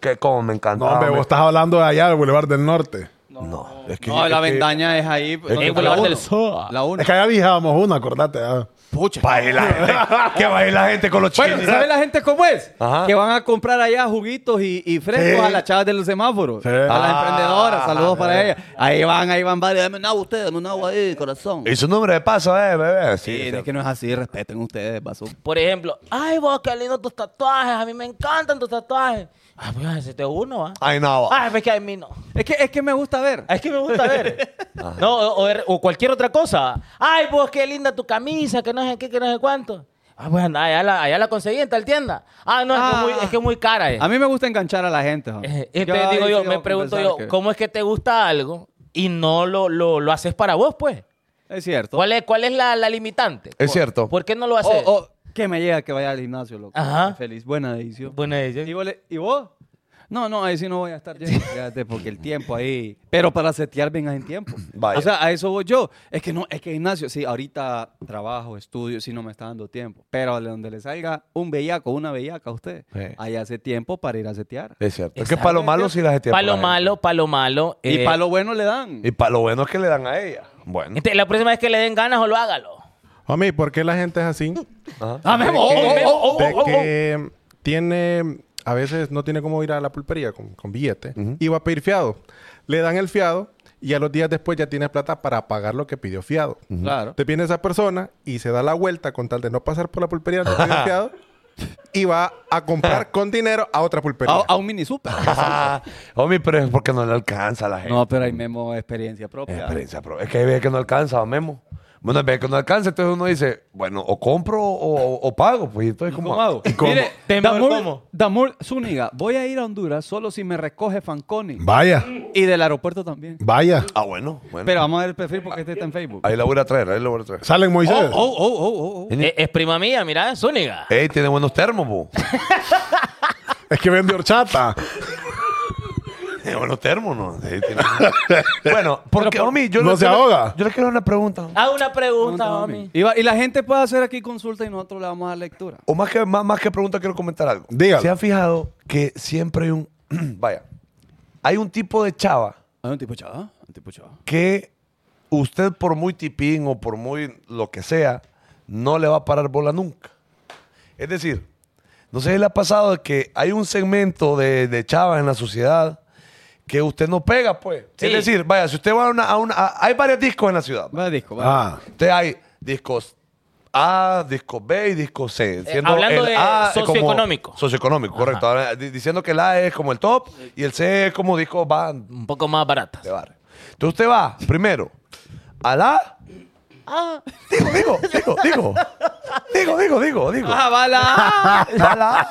Que como me
No,
encantaba.
hombre,
homie.
vos estás hablando de allá, del Boulevard del Norte.
no, es que.
No, la
es que-
Vendaña es ahí. donde
que-
está
Boulevard
la
del
uno.
Sol.
La 1.
Es que allá viajábamos una, acordate. ah.
Pucha.
Baje la gente. Que baje la gente con los
Bueno,
chinos.
¿sabe la gente cómo es?
Ajá.
Que van a comprar allá juguitos y, y frescos
Sí.
a las chavas de los semáforos.
Sí.
A las
Ah,
emprendedoras. Saludos para ellas. Ahí van, ahí van varios. Dame un agua usted, dame un agua ahí, corazón.
Y su número de paso, eh, bebé. Sí,
Sí,
sí.
es que no es así. Respeten ustedes, basura.
Por ejemplo, ay, vos, qué lindo tus tatuajes, a mí me encantan tus tatuajes. Ah, pues hacete uno, ¿va?
Ay, no.
Ah,
Ay, pues que a mí no.
Es que, es que me gusta ver.
Es que me gusta ver. no, o, o er- o cualquier otra cosa. Ay, vos, qué linda tu camisa, que no sé qué, que no sé cuánto. Ah, pues anda, allá la, allá la conseguí en tal tienda. Ah, no, es, que
Ah.
muy, es que es muy cara. eh.
A mí me gusta enganchar a la gente. jo.
Eh,
Ah, Yo
Entonces
ahí
digo
sí
yo,
voy
me
a
pregunto yo,
confesar que-
¿cómo es que te gusta algo y no lo, lo, lo haces para vos, pues?
Es cierto.
¿Cuál es, cuál es la, la limitante?
Es
¿Por-
cierto.
¿Por qué no lo
O,
haces?
o, que me llega que vaya al gimnasio, loco.
Ajá.
Feliz. Buena edición.
Buena decisión.
¿Y vos? le- ¿Y vos? No, no, ahí sí no voy a estar yo. Fíjate, porque el tiempo ahí. Pero para setear vengas en tiempo.
Vaya.
O sea, a eso voy yo. Es que no, es que Ignacio, sí, ahorita trabajo, estudio, sí no me está dando tiempo. Pero de donde le salga un bellaco, una bellaca a usted,
Sí.
ahí hace tiempo para ir a setear.
Es cierto. Es que
Exacto.
para lo malo sí la gente.
Para lo malo, para lo malo.
Y
eh,
para lo bueno le dan.
Y para lo bueno es que le dan a ella. Bueno.
Este-
entonces, la próxima vez que le den ganas o lo hágalo.
Homie, ¿por qué la gente es así?
Ajá.
¡Ah, Memo!
De que-
¡Oh, oh, oh,
de
oh, oh!
que tiene, a veces no tiene cómo ir a la pulpería con, con billete y va a pedir fiado. Le dan el fiado y a los días después ya tiene plata para pagar lo que pidió fiado.
Claro.
Te viene esa persona y se da la vuelta con tal de no pasar por la pulpería donde pidió fiado y va a comprar con dinero a otra pulpería.
A, a un mini super.
Ah, homie, pero es porque no le alcanza a la gente.
no, pero ahí Memo experiencia propia.
Es experiencia, Eh, pero es que hay veces que no alcanza, Memo. Bueno, hay veces que no alcanza, entonces uno dice, bueno, o compro o, o- o pago, pues entonces ¿cómo,
¿Cómo hago?
¿Y cómo?
Mire,
Temor,
Damur,
¿cómo?
Damur Zúñiga, voy a ir a Honduras solo si me recoge Fanconi.
Vaya,
Y del aeropuerto también.
vaya.
Ah, bueno, bueno.
Pero vamos a ver el perfil porque este está en Facebook.
ahí la voy a traer, ahí la voy a traer.
Salen Moisés.
Oh, oh, oh, oh, oh.
Eh, Es, prima mía, mira, Zúñiga.
Ey, tiene buenos termos, bu.
Es que vende horchata.
Tiene buenos termos, ¿no? Sí, tiene- bueno, porque, homie, yo
¿No
le
se
quiero-
ahoga?
Yo le quiero una pregunta.
Hago una pregunta,
Pregunta,
mami.
mami. Y, va- y la gente puede hacer aquí consulta y nosotros le vamos a dar lectura.
O más que, más, más que pregunta, quiero comentar algo.
Dígalo.
¿Se ha fijado que siempre hay un. Vaya, hay un tipo de chava
Hay un tipo chava, un tipo chava.
que usted, por muy tipín o por muy lo que sea, no le va a parar bola nunca. Es decir, no sé si le ha pasado de que hay un segmento de, de chavas en la sociedad que usted no pega, pues.
Sí.
Es decir, vaya, si usted va a una. a una- a- hay varios discos en la ciudad.
Va disco, va.
Ah,
Usted hay discos A, discos B y discos C. Siendo
Eh, hablando de
es como-
socioeconómico.
socioeconómico, correcto. Ahora, di- diciendo que el A es como el top y el C es como discos van
Un poco más barata.
de barrio. Entonces usted va primero a la. Digo, digo, digo, digo. Digo, digo, digo, digo.
Ah, va la.
Va a la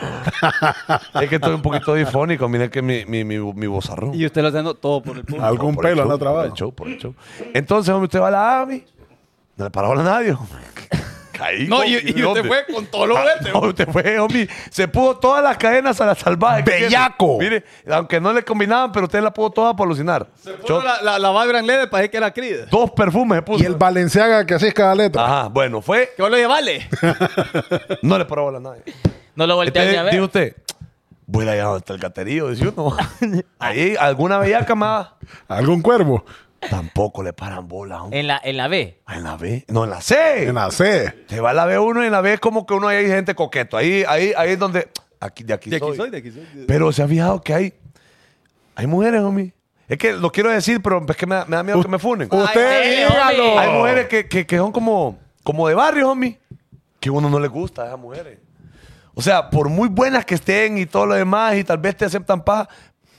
A. es que estoy un poquito difónico. Miren que mi, mi, mi, mi vozarrón.
Y usted lo está haciendo todo por el público.
algún
Por el
pelo
show,
anda
Por
trabado.
el show, por el show. Entonces, hombre, usted va a la AMI. No le paró a nadie. hombre. Caí.
No,
hombre,
y, y
¿dónde?
usted fue con todo lo
Ah,
vete.
no, usted fue, hombre. Se puso todas las cadenas a la salvaje. que tiene.
¡Bellaco!
Mire, aunque no le combinaban, pero usted la puso toda para alucinar. Yo-
Puso la, la, la Vibrant LED para decir que era Creed.
Dos perfumes se puso.
Y el Valenciaga que así es cada letra.
Ah.
Ajá, bueno, fue.
Que vos lo llevale.
No le paró a hablar a
Pues
nadie.
No lo volteas ni
Entonces,
a ver.
dijo usted, voy a ir allá donde está el caterío, dice uno. Ahí, alguna bellaca más.
¿Algún cuervo?
Tampoco le paran bola, hombre.
en, la, en la B.
En la B. No, en la C.
En la C.
Se va a la B1 y en la B es como que uno ahí hay gente coqueto. Ahí, ahí, ahí es donde. Aquí, de aquí,
De aquí
soy.
soy, de aquí soy.
Pero se ha fijado que hay. Hay mujeres, homie. Es que lo quiero decir, pero es que me, da- me da miedo que me funen.
Usted
sí, hombre.
dígalo.
Hay mujeres que, que- que son como, como de barrio, homie. Que uno no le gusta a esas mujeres. O sea, por muy buenas que estén y todo lo demás, y tal vez te aceptan paz,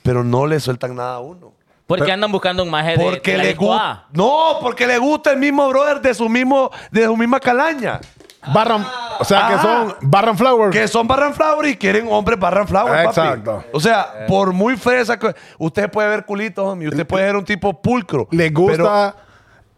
pero no le sueltan nada a uno.
Porque andan buscando un maje de,
Porque
de la
le
disco
gusta.
A.
No, porque le gusta el mismo brother de su mismo, de su misma calaña.
Barran. O sea, que
Ah.
son Barran Flower.
Que son Barran Flower y quieren hombres Barran Flower, papi.
Ah, Exacto.
O
Eh.
sea, por muy fresa que... Usted puede ver culitos, homie. Usted puede ver un tipo pulcro.
Les gusta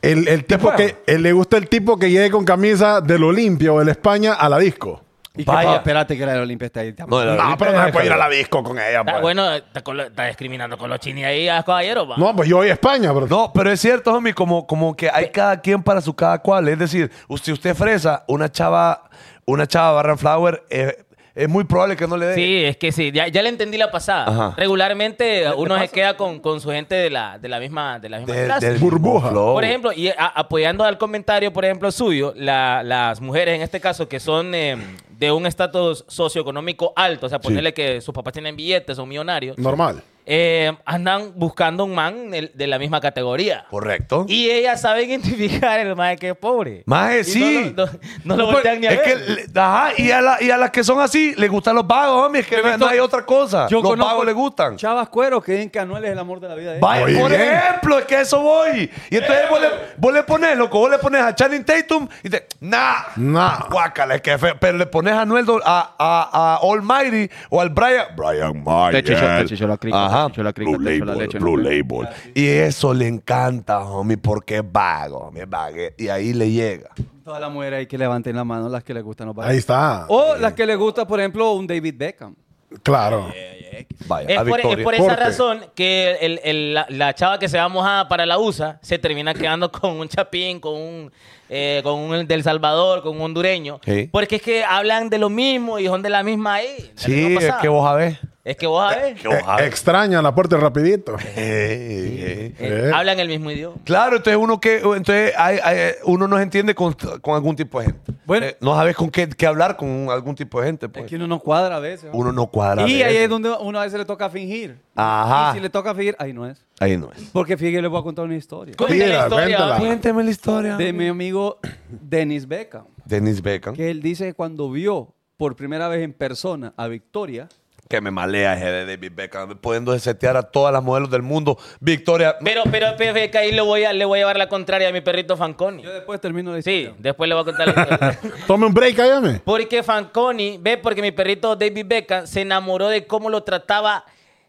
El, el tipo que el- le gusta el tipo que llegue con camisa del Olimpia o del España a la disco.
Y
Vaya.
que, espérate que la Olimpia está ahí.
No, la-
No, pero no se puede ir a la disco con ella.
Está,
pues.
bueno, está, colo- está discriminando con los chinis ahí a los caballeros, va.
No, pues yo voy a España, bro.
No, pero es cierto, homie, como, como que hay cada quien para su cada cual. Es decir, usted, usted fresa, una chava, una chava Barra Flower, eh, es muy probable que no le dé.
Sí, es que sí, ya, ya le entendí la pasada.
eh. Ajá.
Regularmente uno se queda con, con su gente de la, de la misma, de la misma
de-
clase.
del
Burbuja.
flow.
Por ejemplo, y a- apoyando al comentario, por ejemplo, suyo, la- las mujeres en este caso que son eh, de un estatus socioeconómico alto, o sea, ponerle que sus papás tienen billetes, son millonarios,
Normal.
eh, andan buscando un man de, de la misma categoría.
Correcto.
Y ellas saben identificar el man que es pobre.
Maje,
Y
sí.
No, no- no lo
Pues,
voltean ni a
es
ver.
que, le- ajá, y a, la- y a las que son así, les gustan los vagos, homie. Es que no, no hay otra cosa.
Yo
los
conozco
vagos les gustan.
Chavas cueros que dicen que Anuel es el amor de la vida. de
Vaya,
Muy
por
bien.
ejemplo, es que a eso voy. Y entonces vos, le, vos le pones, loco, vos le pones a Channing Tatum y te, nah,
Nah.
guácala, es que feo. Pero le pones a Noel, a, a, a Almighty o al Brian, Brian Mayer.
chichó- te chichó la crica, te
Ajá.
chichó la crica,
Blue
te chichó
Label,
la leche,
Blue
¿no?
Label. Y eso le encanta, homie, porque es vago, homie, es vague. Y ahí le llega.
Todas las mujeres ahí que levanten la mano, las que les gustan los
Ahí
bailes.
está.
Oh.
O las que les gusta, por ejemplo, un David Beckham.
Claro.
Eh, Vaya,
Es
a
por, es
Victoria.
por esa
Corte.
razón que el- el- la, la chava que se va mojada para la USA se termina quedando con un chapín, con un, eh, con un del Salvador, con un hondureño.
Sí.
Porque es que hablan de lo mismo y son de la misma ahí. de la
Sí,
misma
es
pasada.
que vos sabés.
Es que vos sabés.
Que vos
Eh,
sabés.
extraña la puerta rapidito.
Eh, eh.
eh,
Eh.
hablan el mismo idioma.
Claro, entonces uno que entonces hay- hay- uno no se entiende con, con algún tipo de gente.
Bueno.
Eh, no sabes con qué, qué hablar con algún tipo de gente. Pues.
Es que uno no cuadra a veces. ¿no?
Uno no cuadra.
y
de
ahí
eso.
es donde uno a veces le toca fingir.
Ajá.
Y si le toca fingir, ahí no es.
Ahí no es.
Porque fíjate, le voy a contar una historia.
Cuéntale la
Mira,
historia.
cuéntala.
¿va?
Cuénteme la historia.
De mi amigo Dennis Beckham.
Dennis Beckham.
Que él dice que cuando vio por primera vez en persona a Victoria,
Que me malea ese de David Beckham. Pudiendo setear a todas las modelos del mundo. Victoria.
Pero, pero, pero, es que ahí le voy, a, le voy a llevar la contraria a mi perrito Fanconi.
yo después termino de
Sí,
decir.
después le voy a contar la historia.
Tome un break, ayame.
Porque Fanconi, ve, porque mi perrito David Beckham se enamoró de cómo lo trataba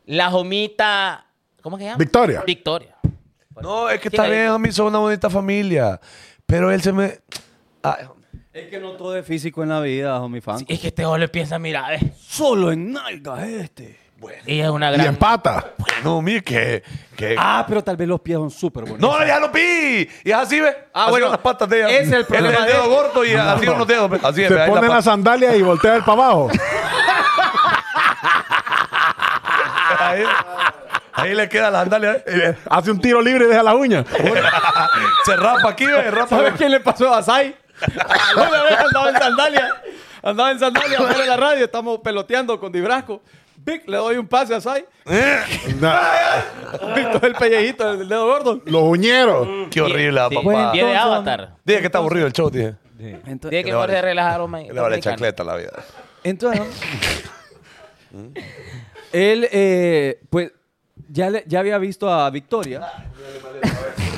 la jomita. ¿Cómo que se llama?
Victoria.
Victoria.
No, es que
Sí,
está
ahí-
bien, a mí son una bonita familia. Pero él se me. Ay,
Es que no todo es físico en la vida, homie fan.
Sí, Es que este le piensa, mira, ve,
Solo en nalgas este.
ella es una
Y
gran.
empata.
bueno, mi, que. que-
Ah, pero tal vez los pies son súper bonitos.
No, ya lo vi. Y es así, ¿ves?
Ah,
así
bueno,
son las patas de ella.
ese es el problema
El
de-
dedo gordo y así unos dedos. ¿ves? Así es,
Se
¿ves? Ahí
pone
la
las
pata.
sandalias y voltea el para abajo.
ahí, ahí le queda la sandalia. ¿eh?
Hace un tiro libre y deja la uña.
Se rapa aquí, ¿ves? Se rapa.
¿Sabes quién le pasó a Sai? Una vez andaba en sandalia. Andaba en sandalia afuera de la radio. Estamos peloteando con Dibrasco. Vic, le doy un pase a Sai.
Na-
Todo el pellejito del dedo gordo.
Los uñeros.
Qué horrible,
Sí,
papá.
viene de
Entonces,
Avatar.
Dije que está aburrido el show, dije.
Tiene
Entonces,
que
le vale-
poder relajar, oh man.
Que le vale chancleta a la vida.
él, eh, pues, ya, le- ya había visto a Victoria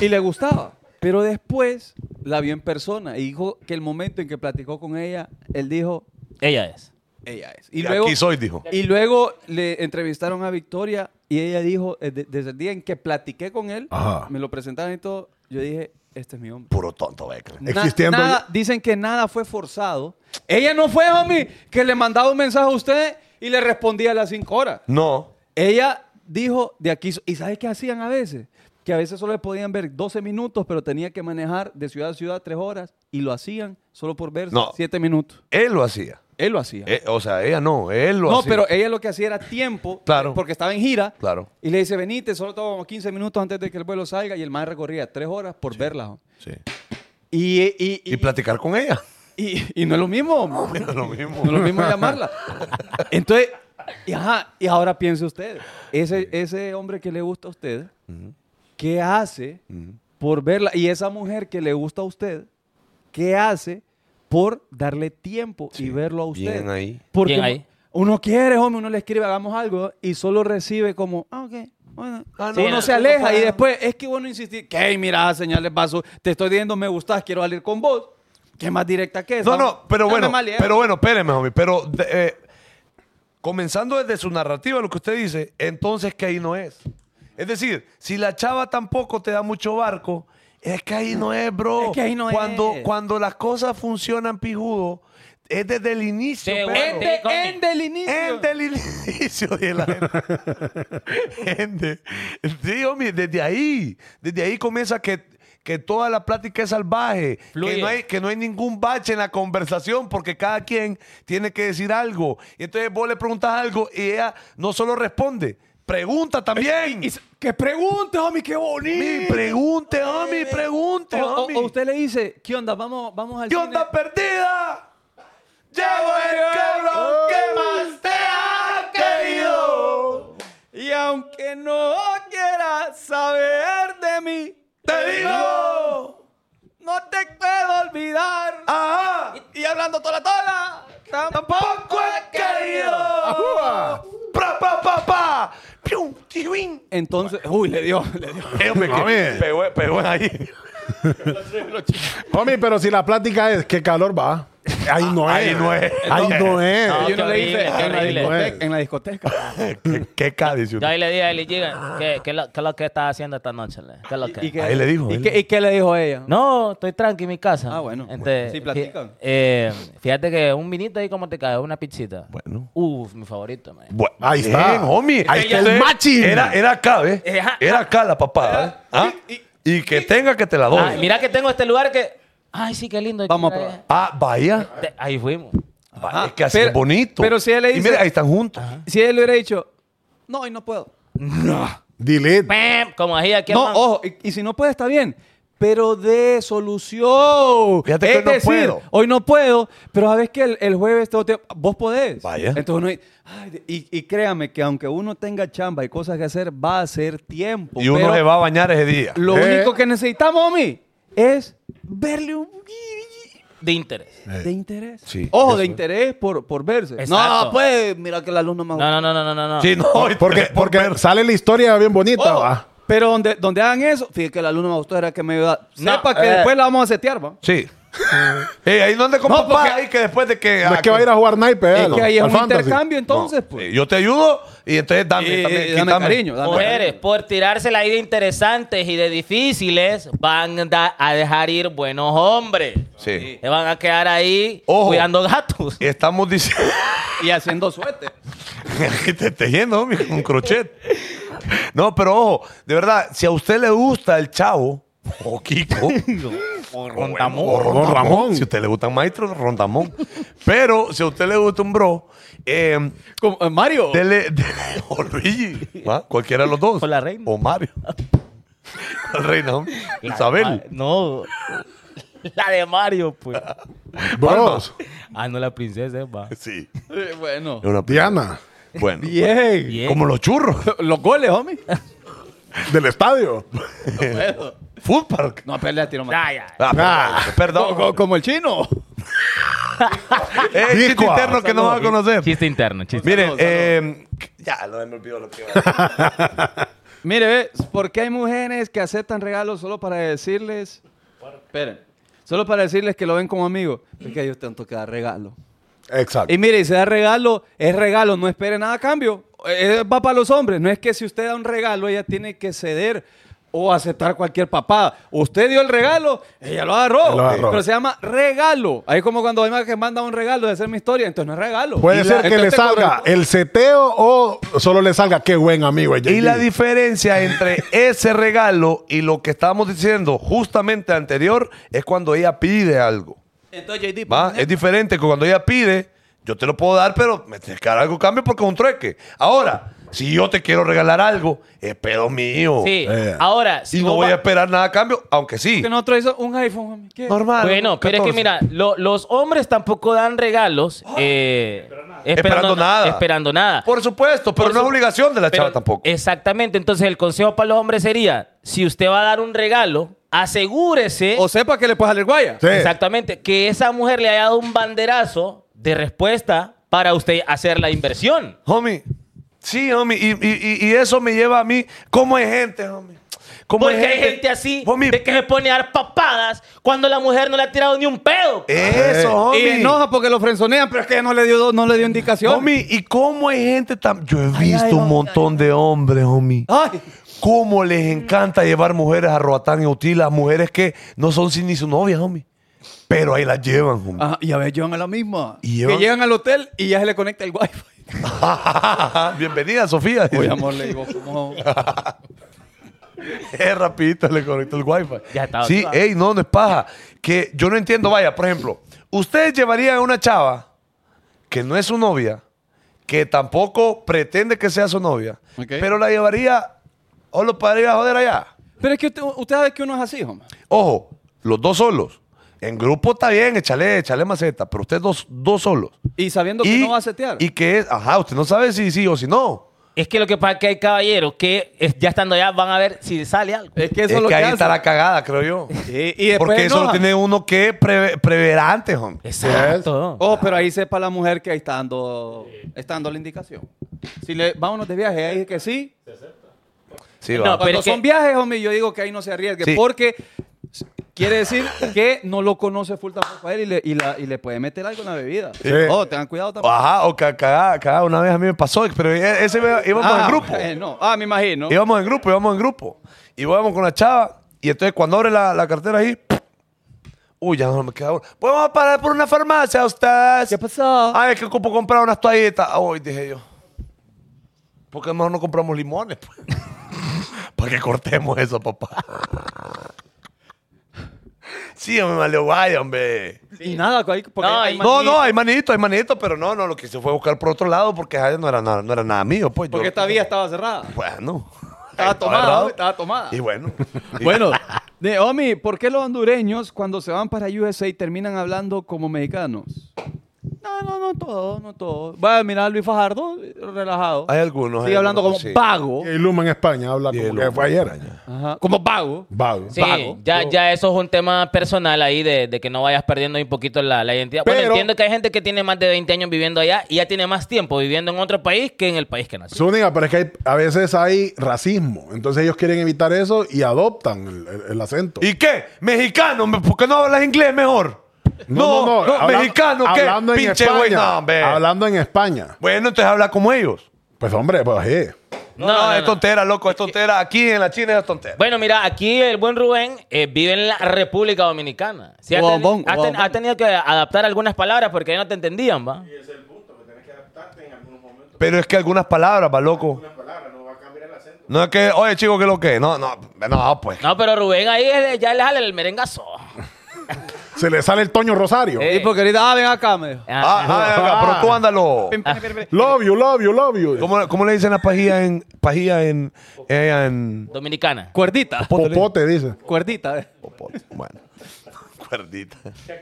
y le gustaba. Pero después la vio en persona y dijo que el momento en que platicó con ella, él dijo,
Ella es.
ella es.
Y
Y luego,
aquí soy, dijo.
Y luego le entrevistaron a Victoria y ella dijo, eh, de- desde el día en que platiqué con él,
Ajá.
me lo presentaron y todo, yo dije, este es mi hombre.
Puro tonto, Becker.
Na-
Existiendo-
nada- dicen que nada fue forzado. Ella no fue, homie, que le mandaba un mensaje a usted y le respondía a las cinco horas.
No.
Ella dijo, de aquí... so- ¿Y sabes qué hacían a veces? Que a veces solo le podían ver 12 minutos, pero tenía que manejar de ciudad a ciudad tres horas y lo hacían solo por verse
No.
siete minutos.
Él lo hacía.
Él lo hacía.
Eh, o sea, ella no. Él lo
No,
hacía.
pero ella lo que hacía era tiempo,
Claro.
eh, porque estaba en gira,
Claro.
y le dice, venite, solo tomamos 15 minutos antes de que el vuelo salga, y el man recorría tres horas por verla. jo.
Sí.
Y, eh, y,
Y
y,
platicar con ella.
y- y no es lo mismo, no
Era lo mismo.
es lo mismo llamarla. Entonces, y, ajá, y ahora piense usted, ese, ese hombre que le gusta a usted, ¿qué hace por verla? Y esa mujer que le gusta a usted, ¿qué hace por darle tiempo y verlo a usted?
bien ahí.
Porque
Bien ahí.
uno quiere, hombre, uno le escribe, hagamos algo, y solo recibe como, ah, ok, bueno.
no,
uno
no,
se
no
aleja
puedo.
y después es que bueno insistir, que "Hey, mira, señales vaso, te estoy diciendo me gustas, quiero salir con vos. ¿Qué más directa que
No,
esa?
no, pero
me
bueno,
malea.
pero bueno, espéreme, homie. Pero de- eh, comenzando desde su narrativa, lo que usted dice, entonces que ahí no es. Es decir, si la chava tampoco te da mucho barco, Es que ahí no es, bro.
Es que ahí no
cuando,
es.
Cuando las cosas funcionan pijudo, es desde el inicio.
Sí,
perro.
bueno.
Ende, ende el inicio.
Ende el inicio de la Ende. Sí, homie, desde ahí, desde ahí comienza que, que toda la plática es salvaje,
Fluye.
que no, hay, que no hay ningún bache en la conversación porque cada quien tiene que decir algo. Y entonces vos le preguntas algo y ella no solo responde, pregunta también.
Y- ¡Que pregunte, homie! ¡Qué
Mi
bonito!
pregunte, homie, pregunte,
O- o,
homie.
o usted le dice, ¿qué onda? Vamos, vamos al
¿Qué
cine".
onda perdida? Llevo el cabrón que más te ha querido.
Y aunque no quiera saber de mí,
Te digo.
no te puedo olvidar.
Ajá.
Y hablando toda toda,
Tampoco he querido.
¡Ajúa!
Pra, pa, pa, pa. Pium, tiwin.
Entonces, uy, le dio, le dio.
Eh, hombre, que
Mami.
pegó- pegó ahí.
Homie, pero si la plática es qué calor va.
Ah,
Ahí no es.
Ahí no es.
Ahí no es.
Ah,
No,
Yo no le
horrible,
hice
qué
en la
horrible.
discoteca. En la discoteca.
Qué- Qué Cádiz.
Yo ahí le dije a Eli Giga, ¿qué, qué, lo- qué es lo que estás haciendo esta noche? le? ¿Qué es lo que?
¿Y qué-
Ahí le dijo,
¿Y
él.
qué, y qué le dijo ella?
No, estoy tranqui en mi casa.
Ah, bueno.
Entonces,
Sí, platican.
fí- eh, fíjate que un vinito ahí como te cae, una pizzita.
Bueno.
Uf, mi favorito, man.
Bueno,
Ahí está.
bien, homie.
Ahí está el
Entonces,
machín.
Era, era acá, ¿ves?
Eh,
Ejá.
Era acá la papada. ¿eh? ¿Ah? Y que tenga que te la doy.
Ah,
Ay, mira que tengo este lugar que... Ay, sí, qué lindo.
Vamos a
Mira,
probar.
Ah, vaya.
eh, te- Ahí fuimos.
Vaya, es que así
pero-
es bonito.
pero si él le
Y
dice-
mira, ahí están juntos.
Si él le hubiera dicho, no, hoy no puedo.
Delete.
Pam, Como ahí aquí.
No,
hermano.
ojo, y, y si no puede, está bien. Pero de solución.
Fíjate que
es
hoy no
decir,
puedo.
hoy no puedo, pero sabes que el, el jueves tengo tiempo. vos podés.
Vaya.
Entonces uno dice, "Ay, de- y, y créame que aunque uno tenga chamba y cosas que hacer, va a ser tiempo.
Y uno
Pero
se va a bañar ese día.
Lo
Eh.
único que necesitamos, mí es verle un
De interés.
de interés.
Eh. Sí,
Ojo, de interés por, por verse.
Exacto.
No, pues, mira que la luz no me
No, no, no, no, no, no.
Sí, no.
Porque, porque sale la historia bien bonita,
Ojo,
va.
Pero donde, donde hagan eso, fíjate que el alumno me gustó, era que me ayuda.
No,
Sepa que
eh.
después la vamos a setear, ¿va?
Sí. Eh, ahí no andes con
No,
papá
porque-
ahí que después de que.
No
ah,
es que va a ir a jugar naipe,
Es
¿eh?
que ahí es
Al
un
fantasy.
intercambio, entonces,
eh,
pues.
Yo te ayudo y entonces dame,
Eh,
también,
eh, dame
quítame.
cariño, dame
Mujeres,
cariño.
por tirársela ahí de interesantes y de difíciles, van da- a dejar ir buenos hombres.
Sí.
Se van a quedar ahí
Ojo.
cuidando gatos.
Estamos diciendo.
Y haciendo suerte.
que te tejiendo, homie, con crochet. No, pero ojo, de verdad, si a usted le gusta el chavo, o Kiko, o Rondamón, o Rondamón,
Rondamón.
si a usted le gusta maestro, Rondamón. pero si a usted le gusta un bro, eh,
Como, eh, Mario.
dele, dele- o Luigi, ¿va? cualquiera de los dos.
O la reina.
O Mario. La reina, homie. Isabel.
Ah, No. La de Mario, pues.
Bros.
Ah, no, la princesa, eh, va.
Sí.
Eh, bueno.
es una-
Diana.
Bueno.
Bien.
Bien.
Como los churros.
Los goles, homie.
Del estadio.
Food Park.
No, pelea, tiro más.
Ah, ya.
Ah,
Co-
perdón.
co- Como el chino.
Eh, chiste
Disco.
interno que no va a conocer.
Chiste interno, chiste.
Miren,
Saludos,
eh, ya, lo me olvidó lo que iba a decir.
Mire, ve, ¿por qué hay mujeres que aceptan regalos solo para decirles. Esperen. Solo para decirles que lo ven como amigo. Porque ellos tanto que dar regalo.
Exacto.
Y mire, y se da regalo, es regalo, no espere nada a cambio. Eh, va para los hombres. No es que si usted da un regalo, ella tiene que ceder o aceptar cualquier papada. Usted dio el regalo, ella lo agarró.
Lo agarró.
Pero se llama regalo. Ahí como cuando hay más que manda un regalo de hacer mi historia, entonces no es regalo.
Puede
Y la-
ser que le
entonces te
salga
cobran-
el seteo o solo le salga qué buen amigo. es
Y
JD".
la diferencia entre ese regalo y lo que estábamos diciendo justamente anterior es cuando ella pide algo.
Entonces, JD,
¿va? Es diferente que cuando ella pide, yo te lo puedo dar, pero me tienes que dar algo a cambio porque es un trueque. Ahora, si yo te quiero regalar algo, es pedo mío.
Sí.
Eh.
Ahora,
Y
si
no
vos
voy a
va-
esperar nada a cambio, aunque sí.
que nosotros hizo un iPhone. homie. ¿Qué?
Normal.
Bueno, pero es que
14.
mira, lo- los hombres tampoco dan regalos. eh,
Esperando nada.
Esperando nada.
Por supuesto, pero
Por
no es
su-
obligación de la
Pero-
chava tampoco.
Exactamente. Entonces, el consejo para los hombres sería: si usted va a dar un regalo, asegúrese
O sepa que le puedes salir guaya.
Sí.
exactamente que esa mujer le haya dado un banderazo de respuesta para usted hacer la inversión.
Homie. Sí, homie. Y, y- y- y eso me lleva a mí. ¿Cómo hay gente, homie? ¿Cómo este?
Porque hay gente así
Homie,
de que se pone a dar papadas cuando la mujer no le ha tirado ni un pedo.
Eh. Eso,
Y
homie.
enoja porque lo frenzonean, pero es que no le dio, no le dio indicación.
Homie, ¿y cómo hay gente tan...? Yo he visto un montón de hombres, homie.
Ay.
¿Cómo les encanta llevar mujeres a Roatán y Utí? Las mujeres que no son sin ni su novia, homie. Pero ahí las llevan, homie.
Ajá, y a veces llevan a la misma.
Y llevan-
Que llegan al hotel y ya se le conecta el wifi.
Bienvenida, Sofía.
Ah. Oye, amor, le digo, ¿cómo?
Es rapidito, le conectó el wifi.
Ya está.
Sí, ey, no, no es paja. Que yo no entiendo, vaya, por ejemplo, ustedes llevarían a una chava que no es su novia, que tampoco pretende que sea su novia,
Ok.
pero la llevaría o lo podría joder allá.
Pero es que usted, usted sabe que uno es así, hombre.
Ojo, los dos solos. En grupo está bien, échale, échale maceta, pero ustedes dos, dos solos.
Y sabiendo que no va a setear.
Y que es, ajá, usted no sabe si sí o si no.
Es que lo que pasa es que hay caballeros que es- ya estando allá van a ver si sale algo.
es que eso
es
es lo
que
que,
ahí
hace.
está la cagada, creo yo.
Sí, y después
Porque eso lo
enoja.
tiene uno que preve- prever antes, hombre.
Exacto.
Oh, pero ahí sepa la mujer que ahí está dando, está dando la indicación. Si le vámonos de viaje, ahí dice que sí.
Sí,
No,
va.
pero
Cuando
es que-
son viajes, homie, yo digo que ahí no se arriesgue.
Sí.
Porque quiere decir que no lo conoce full tampoco a él y le, y la- y le puede meter algo en la bebida. Oh, tengan cuidado tampoco.
Ajá, o ca- cagada, cagada. Una vez a mí me pasó, pero e- ese iba- íbamos
Ah,
en grupo.
bueno. Ah, me imagino.
Íbamos en grupo, íbamos en grupo. Y vamos con la chava. Y entonces cuando abre la, la cartera ahí, uy, ya no me queda una. Podemos parar por una farmacia, ustedes.
¿Qué pasó?
Ay, es que ocupo comprar unas toallitas. Ah, Uy, dije yo. Porque mejor no compramos limones, pues. Para que cortemos eso, papá. sí, hombre, me guay, hombre.
Y nada, ahí- porque
No,
hay
y-
No,
maní-
no, hay manito, hay manito, pero no, no, lo que se fue a buscar por otro lado porque ay, no era nada, no era nada mío, pues.
porque
yo-
esta vía estaba cerrada.
Bueno.
Estaba tomada,
errado.
homie, estaba tomada.
Y bueno. y-
Bueno, de, Omi, ¿por qué los hondureños cuando se van para USA terminan hablando como mexicanos? No, no, no todo, no todo. Va a mirar a Luis Fajardo, relajado.
Hay algunos, hay
Sigue hablando
algunos,
como
sí.
vago.
Y Luma en España habla
Y
como
el
que
hombre
fue ayer.
extraña.
Ajá, Como vago.
Vago.
Sí,
Vago.
ya, ya eso es un tema personal ahí de, de que no vayas perdiendo un poquito la, la identidad. bueno,
Pero-
entiendo que hay gente que tiene más de 20 años viviendo allá y ya tiene más tiempo viviendo en otro país que en el país que nació.
Zúñiga, pero es que hay- a veces hay racismo. Entonces ellos quieren evitar eso y adoptan el, el- el acento.
¿Y qué? ¿Mexicano? me- ¿Por qué no hablas inglés mejor? No, no,
habla-
mexicano, ¿qué?
hablando en
Pinche
España,
güey, no, hombre.
Hablando en España.
Bueno, entonces habla como ellos.
Pues hombre, pues eh.
No, no, es tontera, loco, es tontera. Aquí en la China es tontera.
Bueno, mira, aquí el buen Rubén eh, vive en la República Dominicana. Sí, ha, teni-
Guabón,
ha ten-
guabón.
ha tenido que adaptar algunas palabras porque ahí no te entendían, ¿va?
Pero es que algunas palabras, va, loco. No es que, oye, chico, ¿qué es lo que? es? No, no, no, pues.
No, pero Rubén ahí es- ya le jala el merengazo.
Se le sale el Toño Rosario.
Eh.
Y porque ahorita, ah, ven acá, me dijo.
Ah,
Ah,
ah, acá, pero tú ándalo.
Love you, love you, love you.
¿Cómo, cómo le dicen a pajilla en. Pajilla en. eh, en-
Dominicana.
Cuerdita.
Popote, dice.
Cuerdita. eh.
popote? Bueno. Cuerdita.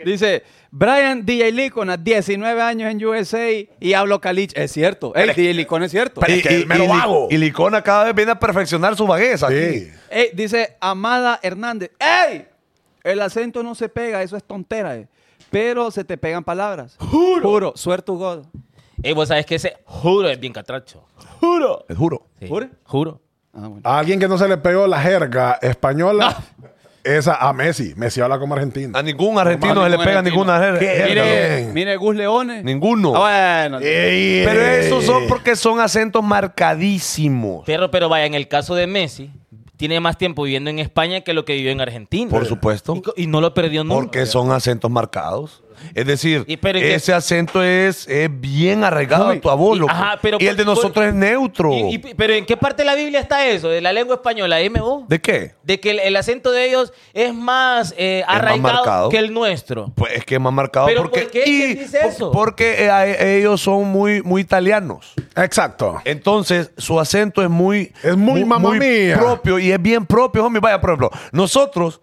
Dice, Brian DJ Licona, 19 años en USA y hablo caliche. Es cierto. Ey, DJ Licona es cierto.
Y,
que
y-
me lo
y Li-
hago.
y Licona cada vez viene a perfeccionar su vagueza. aquí.
Sí.
Ey, dice Amada Hernández. ¡Ey! El acento no se pega, eso es tontera. eh. Pero se te pegan palabras. Juro. Juro. Suerte to God.
Eh, vos sabés que ese juro es bien catracho.
Te juro.
Sí.
¿Jure?
Juro.
Ah, bueno.
A alguien que no se le pegó la jerga española, esa a Messi. Messi habla como argentino.
A ningún argentino
A
se le
ningún
pega
argentino.
ninguna jerga. jerga,
Mire,
bien.
mire, Gus Leones.
no. Ninguno. Eh,
Ah, bueno.
Pero esos son porque son acentos marcadísimos.
Pero, pero vaya, en el caso de Messi, tiene más tiempo viviendo en España que lo que vivió en Argentina.
Por supuesto.
Y, co- y no lo perdió nunca.
Porque son acentos marcados. Es decir,
Y pero ¿y qué?
ese acento es, es bien arraigado
Uy.
a tu abuelo. pues.
Y- ajá, pero
y el de
por-
nosotros es neutro.
Y- y- pero ¿en qué parte de la Biblia está eso? De la lengua española, dime vos. De,
¿De qué?
que el, el acento de ellos es más eh,
más
arraigado
marcado.
que el nuestro.
Pues es que es más marcado
¿Pero
porque
por qué?
y-
¿Quién dice
por-
eso?
porque eh, a- ellos son muy muy italianos.
Exacto.
Entonces, su acento es muy.
Es muy mamá mía.
propio y es bien propio, homie. Vaya, por ejemplo, nosotros,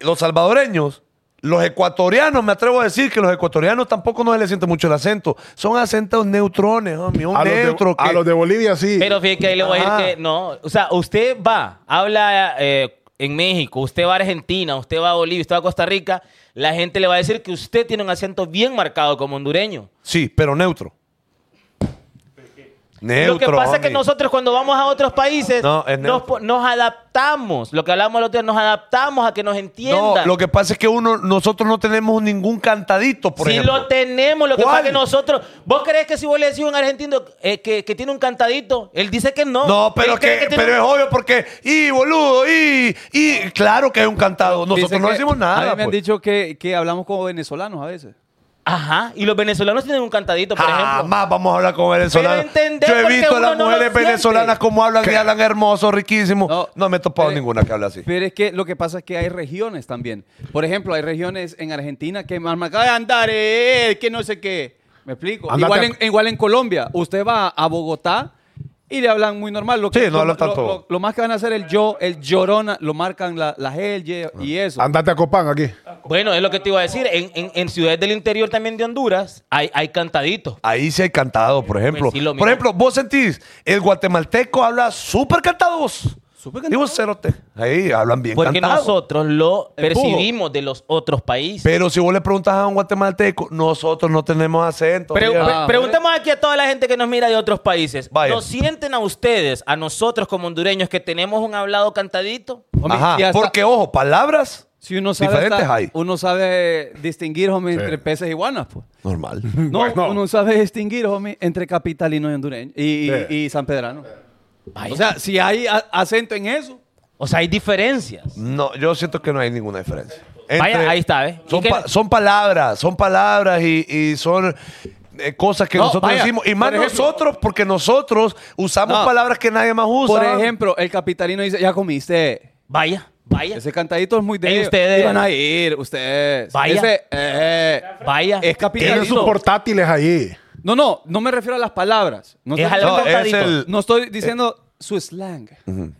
los salvadoreños, los ecuatorianos, me atrevo a decir que los ecuatorianos tampoco no se les siente mucho el acento. Son acentos neutrones, homie. Un
A los, de,
neutro
a
que-
los de Bolivia sí.
Pero fíjate que ahí le voy a
Ajá.
decir que no. O sea, usted va, habla eh, en México, usted va a Argentina, usted va a Bolivia, usted va a Costa Rica. La gente le va a decir que usted tiene un acento bien marcado como hondureño.
Sí, pero neutro. Neutro,
lo que pasa es que
homie.
nosotros cuando vamos a otros países
No, es
nos,
neutro.
po- nos adaptamos. Lo que hablamos el otro día, nos adaptamos a que nos entiendan.
No, lo que pasa es que uno, nosotros no tenemos ningún cantadito, por
si
ejemplo.
lo tenemos, lo que
¿Cuál?
pasa es que nosotros. ¿Vos crees que si vos le decís a un argentino eh, que, que tiene un cantadito, él dice que no?
No, pero,
Él
que,
cree tiene
pero es
un-
obvio porque, y boludo, y, y claro que es un cantado. Nosotros
Dicen
no
que-
decimos
A mí
nada.
me han
pues.
dicho que, que hablamos como venezolanos a veces.
Ajá, y los venezolanos tienen un cantadito, por ejemplo.
Jamás vamos a hablar con venezolanos.
Pero entender
Yo he
porque
visto a
uno
las
no lo
mujeres
siente.
venezolanas como hablan y hablan hermoso, riquísimo. No,
No,
me he topado
pero-
ninguna que hable así.
Pero es que lo que pasa es que hay regiones también. Por ejemplo, hay regiones en Argentina que más me acaba de andar, eh, que no sé qué. Me explico.
Andate
Igual
a-
en, igual en Colombia. Usted va a Bogotá y le hablan muy normal. Lo
Sí,
que,
no
lo-
hablan
lo,
tanto.
lo- lo más que van a hacer el yo, el llorona, lo marcan la- las L y-
Ah.
y eso.
Andate a Copán aquí.
Bueno, es lo que te iba a decir. En, en- en ciudades del interior también de Honduras hay, hay cantaditos.
Ahí sí hay cantado, por ejemplo.
Pues sí, lo
por
mismo.
ejemplo, vos sentís, el guatemalteco habla súper cantados.
Súper cantado.
Digo, cerote. Ahí hablan bien
Porque
cantado.
nosotros lo
Empujo.
percibimos de los otros países.
Pero si vos le preguntas a un guatemalteco, nosotros no tenemos acento.
Pre-
mira.
pre-
Ah,
preguntemos aquí a toda la gente que nos mira de otros países.
Vaya.
¿Nos sienten a ustedes, a nosotros como hondureños, que tenemos un hablado cantadito?
Homie,
Ajá,
y hasta-
porque ojo, palabras
si uno sabe,
diferentes
hasta-
hay.
uno sabe distinguir, homie,
Sí.
entre peces y iguanas. Pues.
normal.
No,
Bueno.
uno sabe distinguir, homie, entre capitalino y hondureño y, y,
Sí.
y sanpedrano.
Vaya.
O sea, si hay a- acento en eso.
O sea, hay diferencias.
No, yo siento que no hay ninguna diferencia.
Vaya, ahí está, ¿eh? ¿ves?
Son,
¿Y qué-
pa- son palabras, son palabras y, y son eh, cosas que
No,
nosotros
vaya,
decimos. Y más
por ejemplo-
nosotros, porque nosotros usamos
No.
palabras que nadie más usa.
Por ejemplo, el capitalino dice, ya comiste.
Vaya, vaya,
Ese cantadito es muy de
Ey,
ellos.
ustedes.
Y van a ir, ustedes.
Vaya.
Ese, eh,
vaya.
es
Tienen sus
capitalino.
portátiles ahí.
No, no, no me refiero a las palabras. No
Es
estoy,
algo
No, es
cantadito.
el-
no estoy diciendo su slang.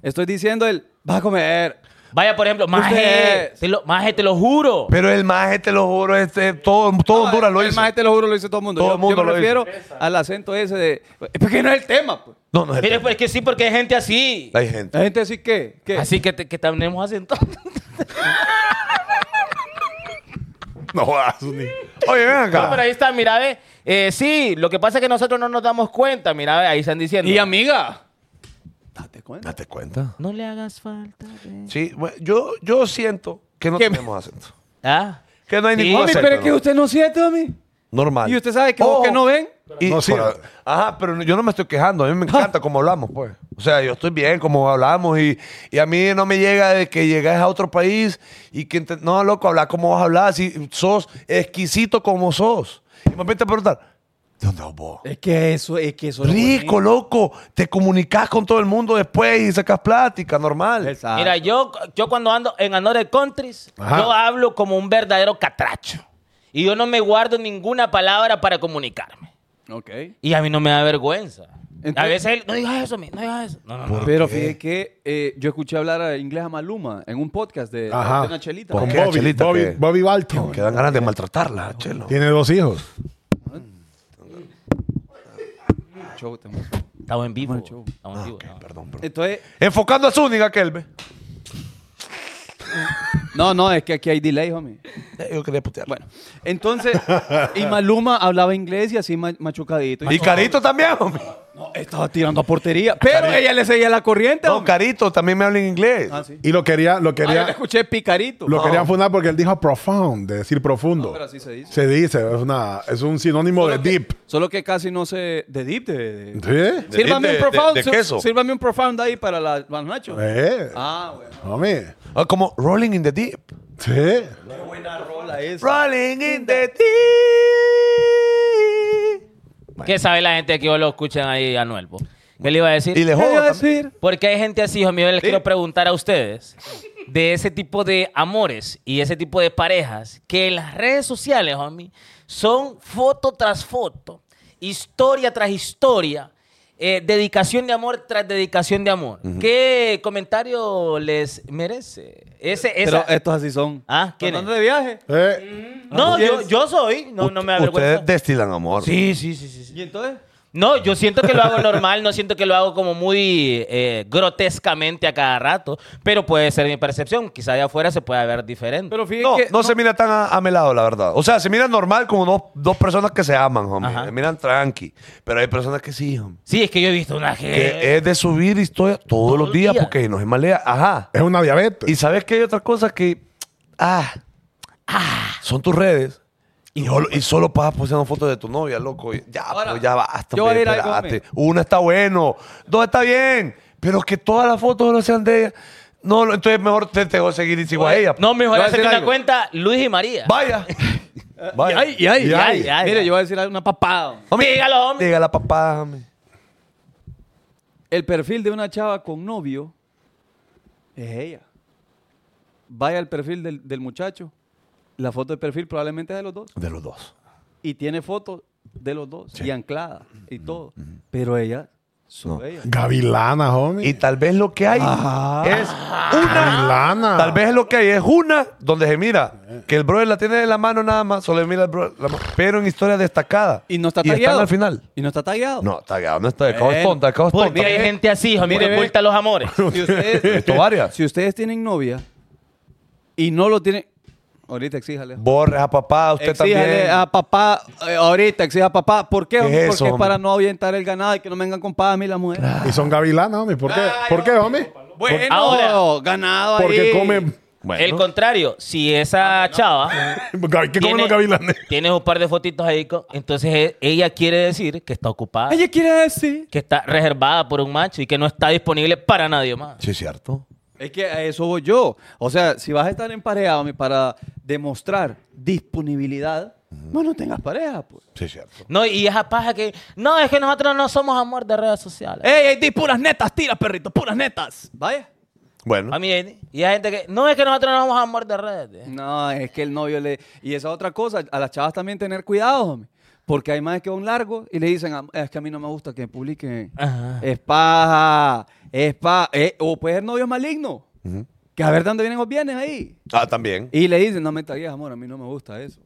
Estoy diciendo el, vas a comer.
Vaya, por ejemplo, maje.
Ustedes.
Te lo, maje, te lo juro.
Pero el maje, te lo juro, este, todo, todo Honduras lo
El
dice.
maje, te lo juro, lo dice todo el mundo.
Todo
yo,
el mundo
yo me
lo
refiero al acento ese de... Porque no es el tema. pues.
No, no es el
Mire,
tema.
pues es que sí, porque hay gente así.
Hay gente.
La gente así que... que
Así que, te- que tenemos acento.
No jodas, ni-
Oye, ven
No, pero
acá.
ahí está, mira, ve. Eh, sí, lo que pasa es que nosotros no nos damos cuenta, mira, ve, ahí están diciendo.
Y amiga. Date cuenta.
Date cuenta.
No le hagas falta. ve.
Sí, bueno, yo, yo siento que no
¿Qué?
tenemos acento.
Ah.
Que no hay
Sí.
ningún
Mami,
acento.
pero es que
¿no?
usted no siente, mami.
Normal.
Y usted sabe que vos
Ojo.
que no ven...
Y-
No Ah. sirve.
pero- ajá, pero yo no me estoy quejando. A mí me encanta cómo hablamos, pues. O sea, yo estoy bien como hablamos y, y a mí no me llega de que llegas a otro país y que... ente- No, loco, habla como vas a hablar. Si sos exquisito como sos. Y me empiezas a preguntar, ¿de dónde sos vos?
Es que eso, es que eso. es lo
Rico,
bonito.
loco. Te comunicas con todo el mundo después y sacas plática, normal.
Exacto.
Mira, yo, yo cuando ando en Another Countries,
Ajá.
yo hablo como un verdadero catracho. Y yo no me guardo ninguna palabra para comunicarme.
Ok.
Y a mí no me da vergüenza.
Entonces-
a veces él, no digas eso, mi, no digas eso. No, no, no.
Pero fíjate que eh, yo escuché hablar a- inglés a Maluma en un podcast de, de
Ajá.
una chelita.
Con
¿Por
¿no?
qué,
Bobby,
Chelita,
Bobby,
qué?
Bobby Baltimore.
Que dan ganas de maltratarla, chelo.
Tiene dos hijos.
Show, te-
Estamos en vivo.
Bueno, chau.
Estamos en vivo. no.
Perdón, perdón.
Entonces,
Enfocando a Zúñiga, Kelbe.
no, no, es que aquí hay delay, homie.
Eh, Yo quería putear.
Bueno, entonces, y Maluma hablaba inglés y así ma- machucadito.
Y Carito también, hombre.
No, estaba tirando a portería. Pero ella le seguía la corriente,
No,
homie.
Carito también me habla en inglés.
Ah, sí.
Y lo quería, lo
Ah, yo le
quería,
escuché picarito.
lo querían fundar porque él dijo profound, de decir profundo.
No, Ah, pero así se dice.
Se dice, es una, es un sinónimo de deep.
Solo que casi no se... De deep, de... de-
¿Sí?
Sírvame
de-
un
de-
profound.
de
sí-
queso.
Sírvame un profound ahí para, la, para los nachos.
Eh,
Ah, bueno.
homie.
Ah, como Rolling in the Deep.
Sí.
Rolling in the Deep.
¿Qué sabe la gente que yo lo escuchan ahí a Nuelvo? ¿Qué le iba a decir?
Y le
¿Qué iba
jodo
a
también.
decir?
Porque hay gente así, hijo mío, yo les quiero preguntar a ustedes de ese tipo de amores y ese tipo de parejas que en las redes sociales, homie, son foto tras foto, historia tras historia, eh, dedicación de amor tras dedicación de amor. ¿Qué comentario les merece? Ese,
Pero
esa-
eh,
estos así son.
Ah, ¿quién
Andando
es?
de viaje.
Eh,
No,
¿quién
yo,
es?
yo soy, no, no me
Ustedes
avergüenza.
destilan amor.
Sí, sí, sí, sí, sí.
¿Y entonces?
No, yo siento que lo hago normal, no siento que lo hago como muy eh, grotescamente a cada rato, pero puede ser mi percepción. Quizá de afuera se pueda ver diferente.
Pero fíjate
No,
que...
no se mira tan a- amelado, la verdad. O sea, se mira normal como dos, dos personas que se aman, homie.
Ajá.
Se miran tranqui. Pero hay personas que sí, homie.
sí, es que yo he visto una gente.
Que es de subir historias Eh. todos los días
día.
porque no se malea. Ajá.
Es una diabetes.
Y sabes que hay otras cosas que. Ah.
Ah.
Son tus redes. Y, solo- y solo pasas posteando fotos de tu novia, loco. Y ya,
Ahora,
pues ya basta.
yo
hombre,
voy a ir algo,
espérate.
hombre.
Una está bueno, dos está bien. Pero que todas las fotos no sean de ella. No, no, entonces mejor te dejo seguir y sigo a ella.
No, mejor
Yo voy a
hacer
decir
una
algo.
cuenta Luis y María.
Vaya. Vaya.
Ay, ay,
Y
ay,
ay, ay,
Mire,
ay.
yo voy a decir una papada.
Homie,
Dígalo, hombre.
Dígala, papá. homie.
El perfil de una chava con novio es ella. Vaya al perfil del, del muchacho. La foto de perfil probablemente es de los dos.
De los dos.
Y tiene fotos de los dos. Y anclada. Y todo. Pero ella, solo ella.
Gavilana, homie.
Y tal vez lo que hay
Ah.
es una.
Gavilana.
Tal vez lo que hay es una donde se mira que el brother la tiene en la mano nada más, solo le mira el brother, la mano, pero en historia destacada.
Y no está
Y están
tagueado.
al final.
Y no está tagueado.
No, está no está de cabo es
Bueno, pues,
tonta, de cabo es
Porque
tonta.
hay gente así, hijo,
Mire,
que
ve.
oculta los amores.
Si ustedes,
Esto varias.
si ustedes tienen novia y no lo tienen... Ahorita exíjale.
Borra a papá, usted
Exíjale
también.
a papá, eh, ahorita exija a papá. ¿Por qué?
¿Qué es
homie?
eso,
Porque es
homie?
para no ahuyentar el ganado y que no me vengan con paja a mí la mujer.
Y son gavilanas, homie. ¿Por qué? ¿Por qué, homie?
Bueno,
Ahora.
ganado ahí.
Porque comen.
El contrario, si esa chava
¿Qué comen los gavilanes?
tienes un par de fotitos ahí, co- entonces e- ella quiere decir que está ocupada,
Ella quiere decir.
que está reservada por un macho y que no está disponible para nadie más.
Sí, es cierto.
Es que a eso voy yo. O sea, si vas a estar emparejado homie, para demostrar disponibilidad, no, no tengas pareja, pues.
Sí, es cierto.
No, y esa paja que, no, es que nosotros no somos amor de redes sociales.
¡Ey, ey, di puras netas, tira, perrito! ¡Puras netas! Vaya.
Bueno.
A mí, eh, y hay gente que, no, es que nosotros no somos amor de redes. eh.
No, es que el novio le... Y esa otra cosa, a las chavas también tener cuidado, homie. Porque hay más que un largo y le dicen, "Ah, es que a mí no me gusta que publiquen.
Ajá.
Es paja, es paja. Eh, o puede ser novios malignos. Que a ver de dónde vienen los bienes ahí.
Ah, también.
Y le dicen, no me tragues, amor, a mí no me gusta eso.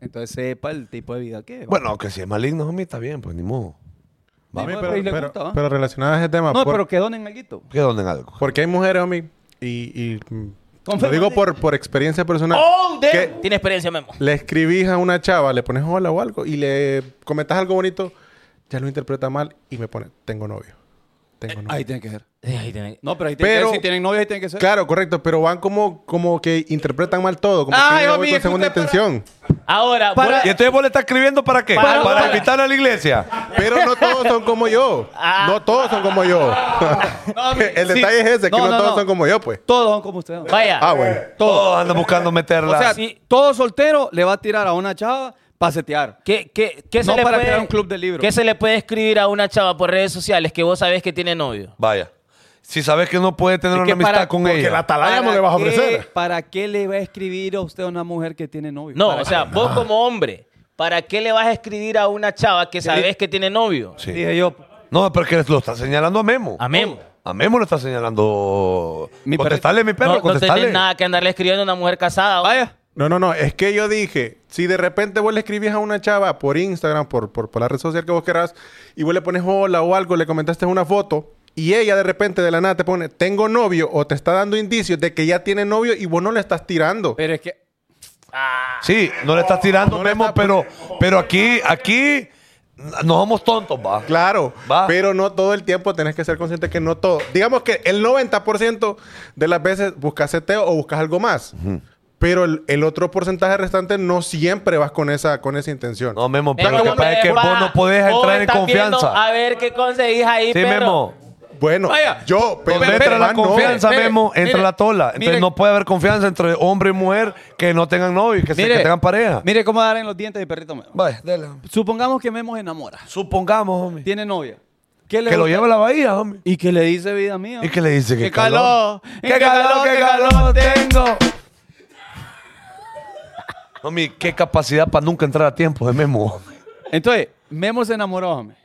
Entonces sepa el tipo de vida que es.
Bueno, que si es maligno, homie, está bien, pues ni modo.
Sí,
Mami,
pues,
pero,
y le
pero-
gusta, ¿va?
pero relacionado a ese tema,
no,
por-
pero que donen algo.
Que donen algo.
porque hay mujeres, homie, y, y mm,
Confirma,
lo digo
sí.
por, por experiencia personal.
Oh, damn.
que
Tiene experiencia, Memo.
le escribís a una chava, le pones hola o algo, y le comentas algo bonito, ya lo interpreta mal y me pone, tengo novio. Tengo novio.
Ahí tiene que ser.
Eh, ahí tiene-
No, pero ahí tiene
Pero-
que ser. Si tienen novia, ahí tiene que ser.
Claro, correcto, pero van como, como que interpretan mal todo, como
Ay,
que
homie,
yo voy con
escucha,
segunda
pero-
intención.
Ahora,
¿Y
vuelve-
entonces vos le estás escribiendo para qué? Para,
Para- para-
invitarla a la iglesia.
Pero no todos son como yo.
Ah.
No todos son como yo. El
sí.
detalle es ese, que
No,
no,
no,
todos
no.
son como yo, pues.
Todos son como ustedes. hombre.
vaya.
Ah, bueno.
Todos andan Oh, buscando meterla.
O sea, todo soltero le va a tirar a una chava para setear.
¿Qué, qué- qué se
No
le
para
puede,
crear un club de libros.
¿Qué se le puede escribir a una chava por redes sociales que vos sabés que tiene novio?
Vaya. Si sabes que no puede tener
Es
una
que
amistad
para-
con
porque
ella.
Que la atalaya no le vas a
qué-
eh,
ofrecer.
¿Para qué le va a escribir a usted a una mujer que tiene novio?
No,
¿Para Ah.
o sea,
qué?
vos como hombre, ¿para qué le vas a escribir a una chava que sabés que tiene novio?
Sí.
Dije yo,
No, porque lo está señalando a Memo.
A Memo.
A Memo lo está señalando.
Mi perro-
contestale, mi perro,
no, no
contestale.
tenés nada que andarle escribiendo a una mujer casada.
vaya.
No, no, no. Es que yo dije, si de repente vos le escribís a una chava por Instagram, por, por, por la red social que vos querás, y vos le pones hola o algo, le comentaste una foto, y ella de repente de la nada te pone, tengo novio, o te está dando indicios de que ya tiene novio y vos no le estás tirando.
Pero es que.
Sí, no le estás tirando, Memo, pero, pero aquí, aquí no somos tontos, va.
Claro,
Va.
pero no todo el tiempo tenés que ser consciente que no todo. Digamos que el 90% de las veces buscas seteo o buscas algo más. Pero el, el otro porcentaje restante no siempre vas con esa, con esa intención.
No, Memo,
Memo,
pero lo que
vos
pasa es que
pa-
vos no podés
vos
entrar en
estás viendo
confianza.
A ver qué conseguís ahí,
Sí,
perro.
Memo.
Bueno,
Vaya,
yo, pero,
Donde entra la
Esteban no.
confianza,
Mire,
Memo, entra
mire,
la tola. Entonces
mire.
no puede haber confianza entre hombre y mujer que no tengan novio, que, se- que tengan pareja.
Mire cómo dar en los dientes de perrito. Memo.
Vaya, dale.
Supongamos que Memo se enamora.
Supongamos, hombre,
Tiene novia. ¿Qué le
que lo
gusta?
lleva a la bahía, hombre.
Y que le dice vida mía.
¿Y qué le dice?
Qué calor, qué calor, qué calor
tengo! Mami, qué capacidad para nunca entrar a tiempo de Memo.
Entonces, Memo se enamoró, hombre.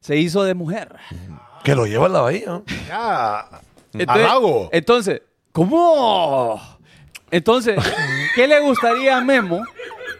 Se hizo de mujer.
Que lo lleva a la bahía.
Ya.
Entonces,
Halago.
entonces, ¿cómo? Entonces, ¿qué le gustaría a Memo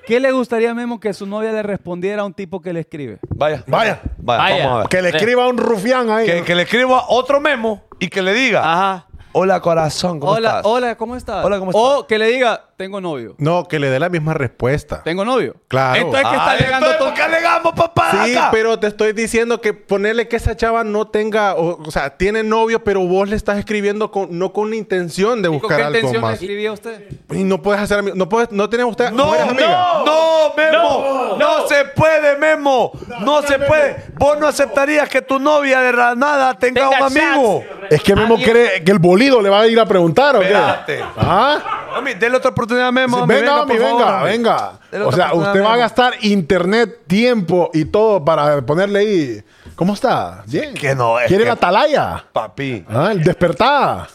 ¿Qué le gustaría a Memo que su novia le respondiera a un tipo que le escribe?
Vaya.
Vaya.
Vaya,
Vaya.
vamos a ver.
Que le escriba un rufián ahí.
eh. Que, que le escriba otro memo y que le diga:
Ajá.
Hola, corazón, ¿cómo
Ah. Hola,
estás?
hola, ¿cómo estás?
Hola, ¿cómo estás?
O que le diga, tengo novio.
No, que le dé la misma respuesta.
¿Tengo novio?
Claro.
Entonces, ¿qué
Ah,
está alegando
entonces,
todo?
¿Por qué alegamos, papá?
Sí,
acá?
pero te estoy diciendo que ponerle que esa chava no tenga, o, o sea, tiene novio, pero vos le estás escribiendo con, no con la intención de
¿Y con
buscar
qué
algo
intención le
más.
escribía usted?
Y no puedes hacer, ami- no puedes, no tienes usted
No,
mujeres amigas.
no, no, Memo, no, se puede, Memo, no, se puede. Vos no aceptarías que tu novia de la nada tenga,
Tenga
un amigo.
Es que Memo
Alguien-
cree que el bolido le va a ir a preguntar o qué.
Ah, Espérate.
¿Ah?
Mami, dele otra oportunidad a Memo.
Sí,
mami,
venga, mami,
por
venga,
favor, mami.
venga.
Dele
O
otra
sea,
oportunidad
usted va a
Memo.
gastar internet, tiempo y todo para ponerle ahí. ¿Cómo está? Bien.
que no, es
¿Quiere
que-
la atalaya?
Papi,
¿Ah? ¿El despertar?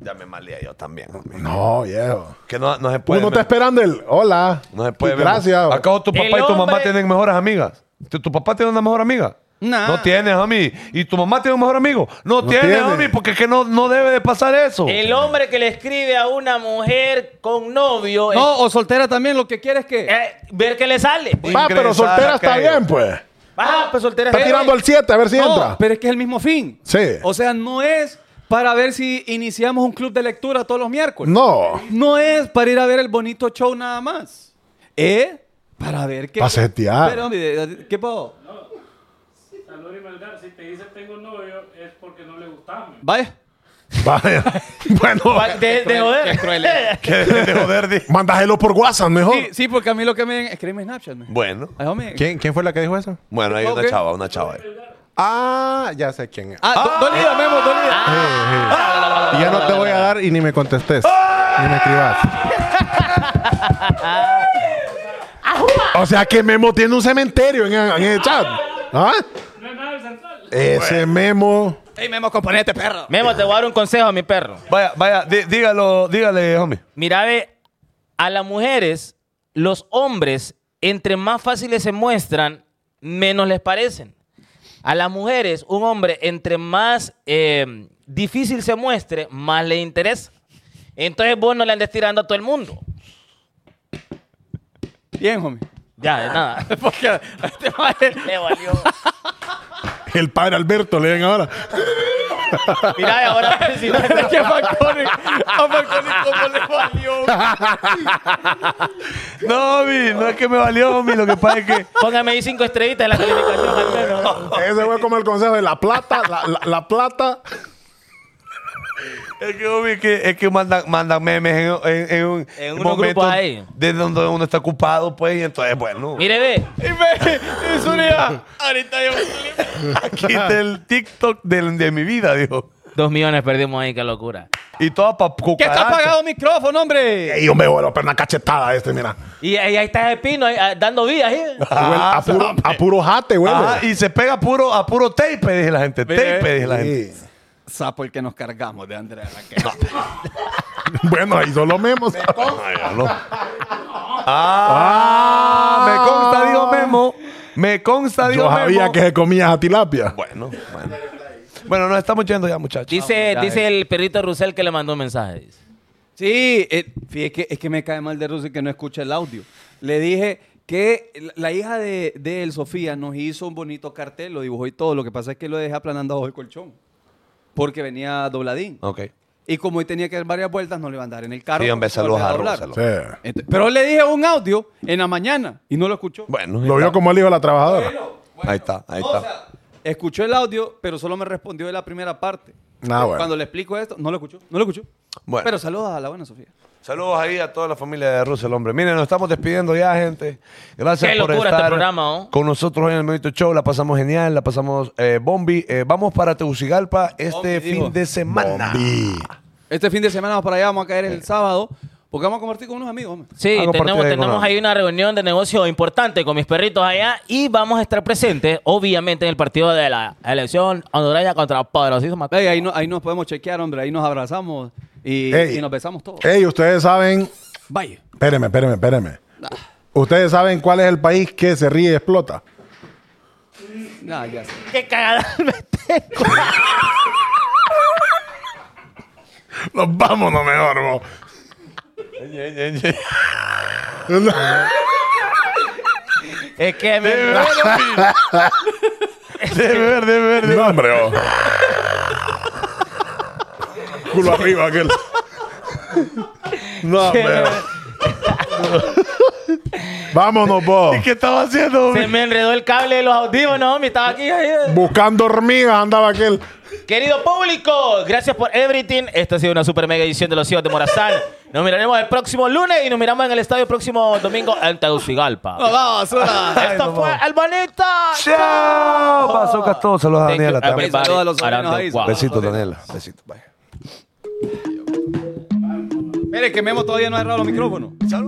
ya me malía yo también. mami.
No, viejo.
Que no, no se puede.
Uno está
Memo.
esperando el hola.
No se puede. Memo.
Gracias.
¿Acaso tu
El
papá y tu mamá
hombre-
tienen mejores amigas? ¿Tu, tu papá tiene una mejor amiga?
Nah.
No tienes, mami. ¿Y tu mamá tiene un mejor amigo? No,
No
tiene,
tiene.
mami, porque es que no, no debe de pasar eso.
El hombre que le escribe a una mujer con novio
No, o soltera también, lo que quiere es que...
eh, ver qué le sale.
Va, pero
Ingresar Eh,
soltera
a
está
aquello.
bien, pues.
Ah, pues soltera.
Está
Pero-
tirando al 7 a ver si entra.
No, pero es que es el mismo fin.
Sí.
O sea, no es para ver si iniciamos un club de lectura todos los miércoles.
No.
No es para ir a ver el bonito show nada más. ¿Eh? Para ver qué.
Pa' setear.
Pero, mire, eh, ¿qué puedo?
Salud y maldad, si te dice tengo novio es porque no le gustamos.
Vaya.
Vaya. bueno,
Va- De, de joder.
Que dejen de joder. di.
mándaselo por WhatsApp mejor.
Sí, sí, porque a mí lo que me escribe Snapchat. me.
Bueno.
Ay, hombre.
¿Quién, quién fue la que dijo eso?
Bueno, hay
Ok.
una chava, una chava. ahí.
Ah, ya sé quién es.
Ah, do- dolida, Memo, dolida.
Y ya no te voy a dar y ni me contestes. Ni me escribas.
O sea que Memo tiene un cementerio en, en el chat. ¿Ah?
No es nada del central.
Ese Memo.
Ey, Memo, componente, perro.
Memo, te voy a dar un consejo a mi perro.
Vaya, vaya, di- dígalo, dígale, homie.
Mira, ve, a las mujeres, los hombres, entre más fáciles se muestran, menos les parecen. A las mujeres, un hombre, entre más eh, difícil se muestre, más le interesa. Entonces vos no le andes tirando a todo el mundo.
Bien, homie.
Ya, de nada.
Porque este maje-
Le valió.
El padre Alberto, le ven ahora.
Mira, y ahora si no-
Es que a Falcone, a Falcone cómo le valió.
No, homie, no es que me valió, homie, lo que pasa es que.
Póngame ahí cinco estrellitas en la calificación al menos.
Ese fue como el consejo de la plata, la, la- la plata.
Es que, homie, que, es que mandan, mandan memes en, en, en un
En unos
momento
grupos ahí.
de donde uno está ocupado, pues, y entonces, bueno.
Mire, ve.
Y me, y Zúñiga, ahorita yo
Aquí del TikTok del- de mi vida, dijo.
Dos millones perdimos ahí, qué locura.
Y toda pa'
¿Qué está
cucaracha.
apagado el micrófono, hombre?
Ey, yo me voy a una cachetada este, mira.
Y, y ahí está el pino ahí, ah, dando vidas. ¿eh?
Ah,
Huele a, puro, a puro jate, huele.
Ajá, y se pega puro, a puro tape, dije la gente. Tape, dije la gente.
Sí.
Sapo el que nos cargamos de Andrea Raquel.
Bueno, ahí son los memos.
Ah, no. Ah, me consta, dijo Memo. Me consta, dijo
Yo sabía
Memo.
que se comía a tilapia.
Bueno, bueno. Bueno, nos estamos yendo ya, muchachos.
Dice,
ya,
dice el perrito Rusel que le mandó un mensaje. dice.
Sí, eh, fíjate que, es que me cae mal de Rusi que no escucha el audio. Le dije que la hija de, de El Sofía nos hizo un bonito cartel, lo dibujó y todo. Lo que pasa es que lo dejé aplanando bajo el colchón. Porque venía dobladín.
Ok.
Y como hoy tenía que dar varias vueltas, no le iban a dar en el carro.
Ah. Sí, hombre,
porque se volvía
saludos a
doblar.
Russell.
Sí.
Ent- Pero le dije un audio en la mañana y no lo escuchó.
Bueno,
Lo vio como el hijo de la trabajadora.
ahí está, ahí
O
está.
sea, escuchó el audio, pero solo me respondió de la primera parte.
Ah, bueno.
Cuando le explico esto, no lo escuchó, no lo escuchó.
Bueno.
Pero saludos a la buena Sofía.
Saludos ahí a toda la familia de Russell, hombre. Miren, nos estamos despidiendo ya, gente. Gracias
Qué
por
locura
estar
este programa, ¿oh?
con nosotros hoy en el Movimiento Show. La pasamos genial, la pasamos eh, bombi. Eh, vamos para Tegucigalpa este
Bombi,
fin
dijo.
de semana.
Bombi.
Este fin de semana vamos para allá, vamos a caer el sábado, porque vamos a compartir con unos amigos. hombre.
Sí,
Algo
tenemos,
partido
tenemos
económico.
ahí una reunión de negocio importante con mis perritos allá y vamos a estar presentes, obviamente, en el partido de la elección hondureña contra Poderosísima.
Ey, ahí, no- ahí nos podemos chequear, hombre, ahí nos abrazamos y,
Ey. Eh.
y nos besamos todos.
Ey, ustedes saben.
Vaya.
Espéreme, espéreme, espéreme. Ustedes saben cuál es el país que se ríe y explota.
Nah, ya sé.
¡Qué cagada!
Nos vámonos mejor, vos.
Es que me...
Debe ver, debe ver.
No, hombre. oh. Culo arriba aquel.
No, hombre.
Vámonos, vos.
¿Qué estaba haciendo?
Se me enredó el cable de los audífonos, homie. Estaba aquí. ahí.
Buscando hormigas andaba aquel.
Querido público, gracias por everything. Esta ha sido una super mega edición de los hijos de Morazán. Nos miraremos el próximo lunes y nos miramos en el estadio el próximo domingo en Tegucigalpa.
¡Nos vamos, basura!
Esto fue El Bonita.
¡Chao! Bazookas todos. Saludos a
Thank you,
Daniela también.
everybody.
Saludos a los sobrinos
Around the
ahí,
world.
Besito,
saludos.
Daniela. Besito. Bye.
Mire, que Memo todavía no ha agarrado los micrófonos.
Salud.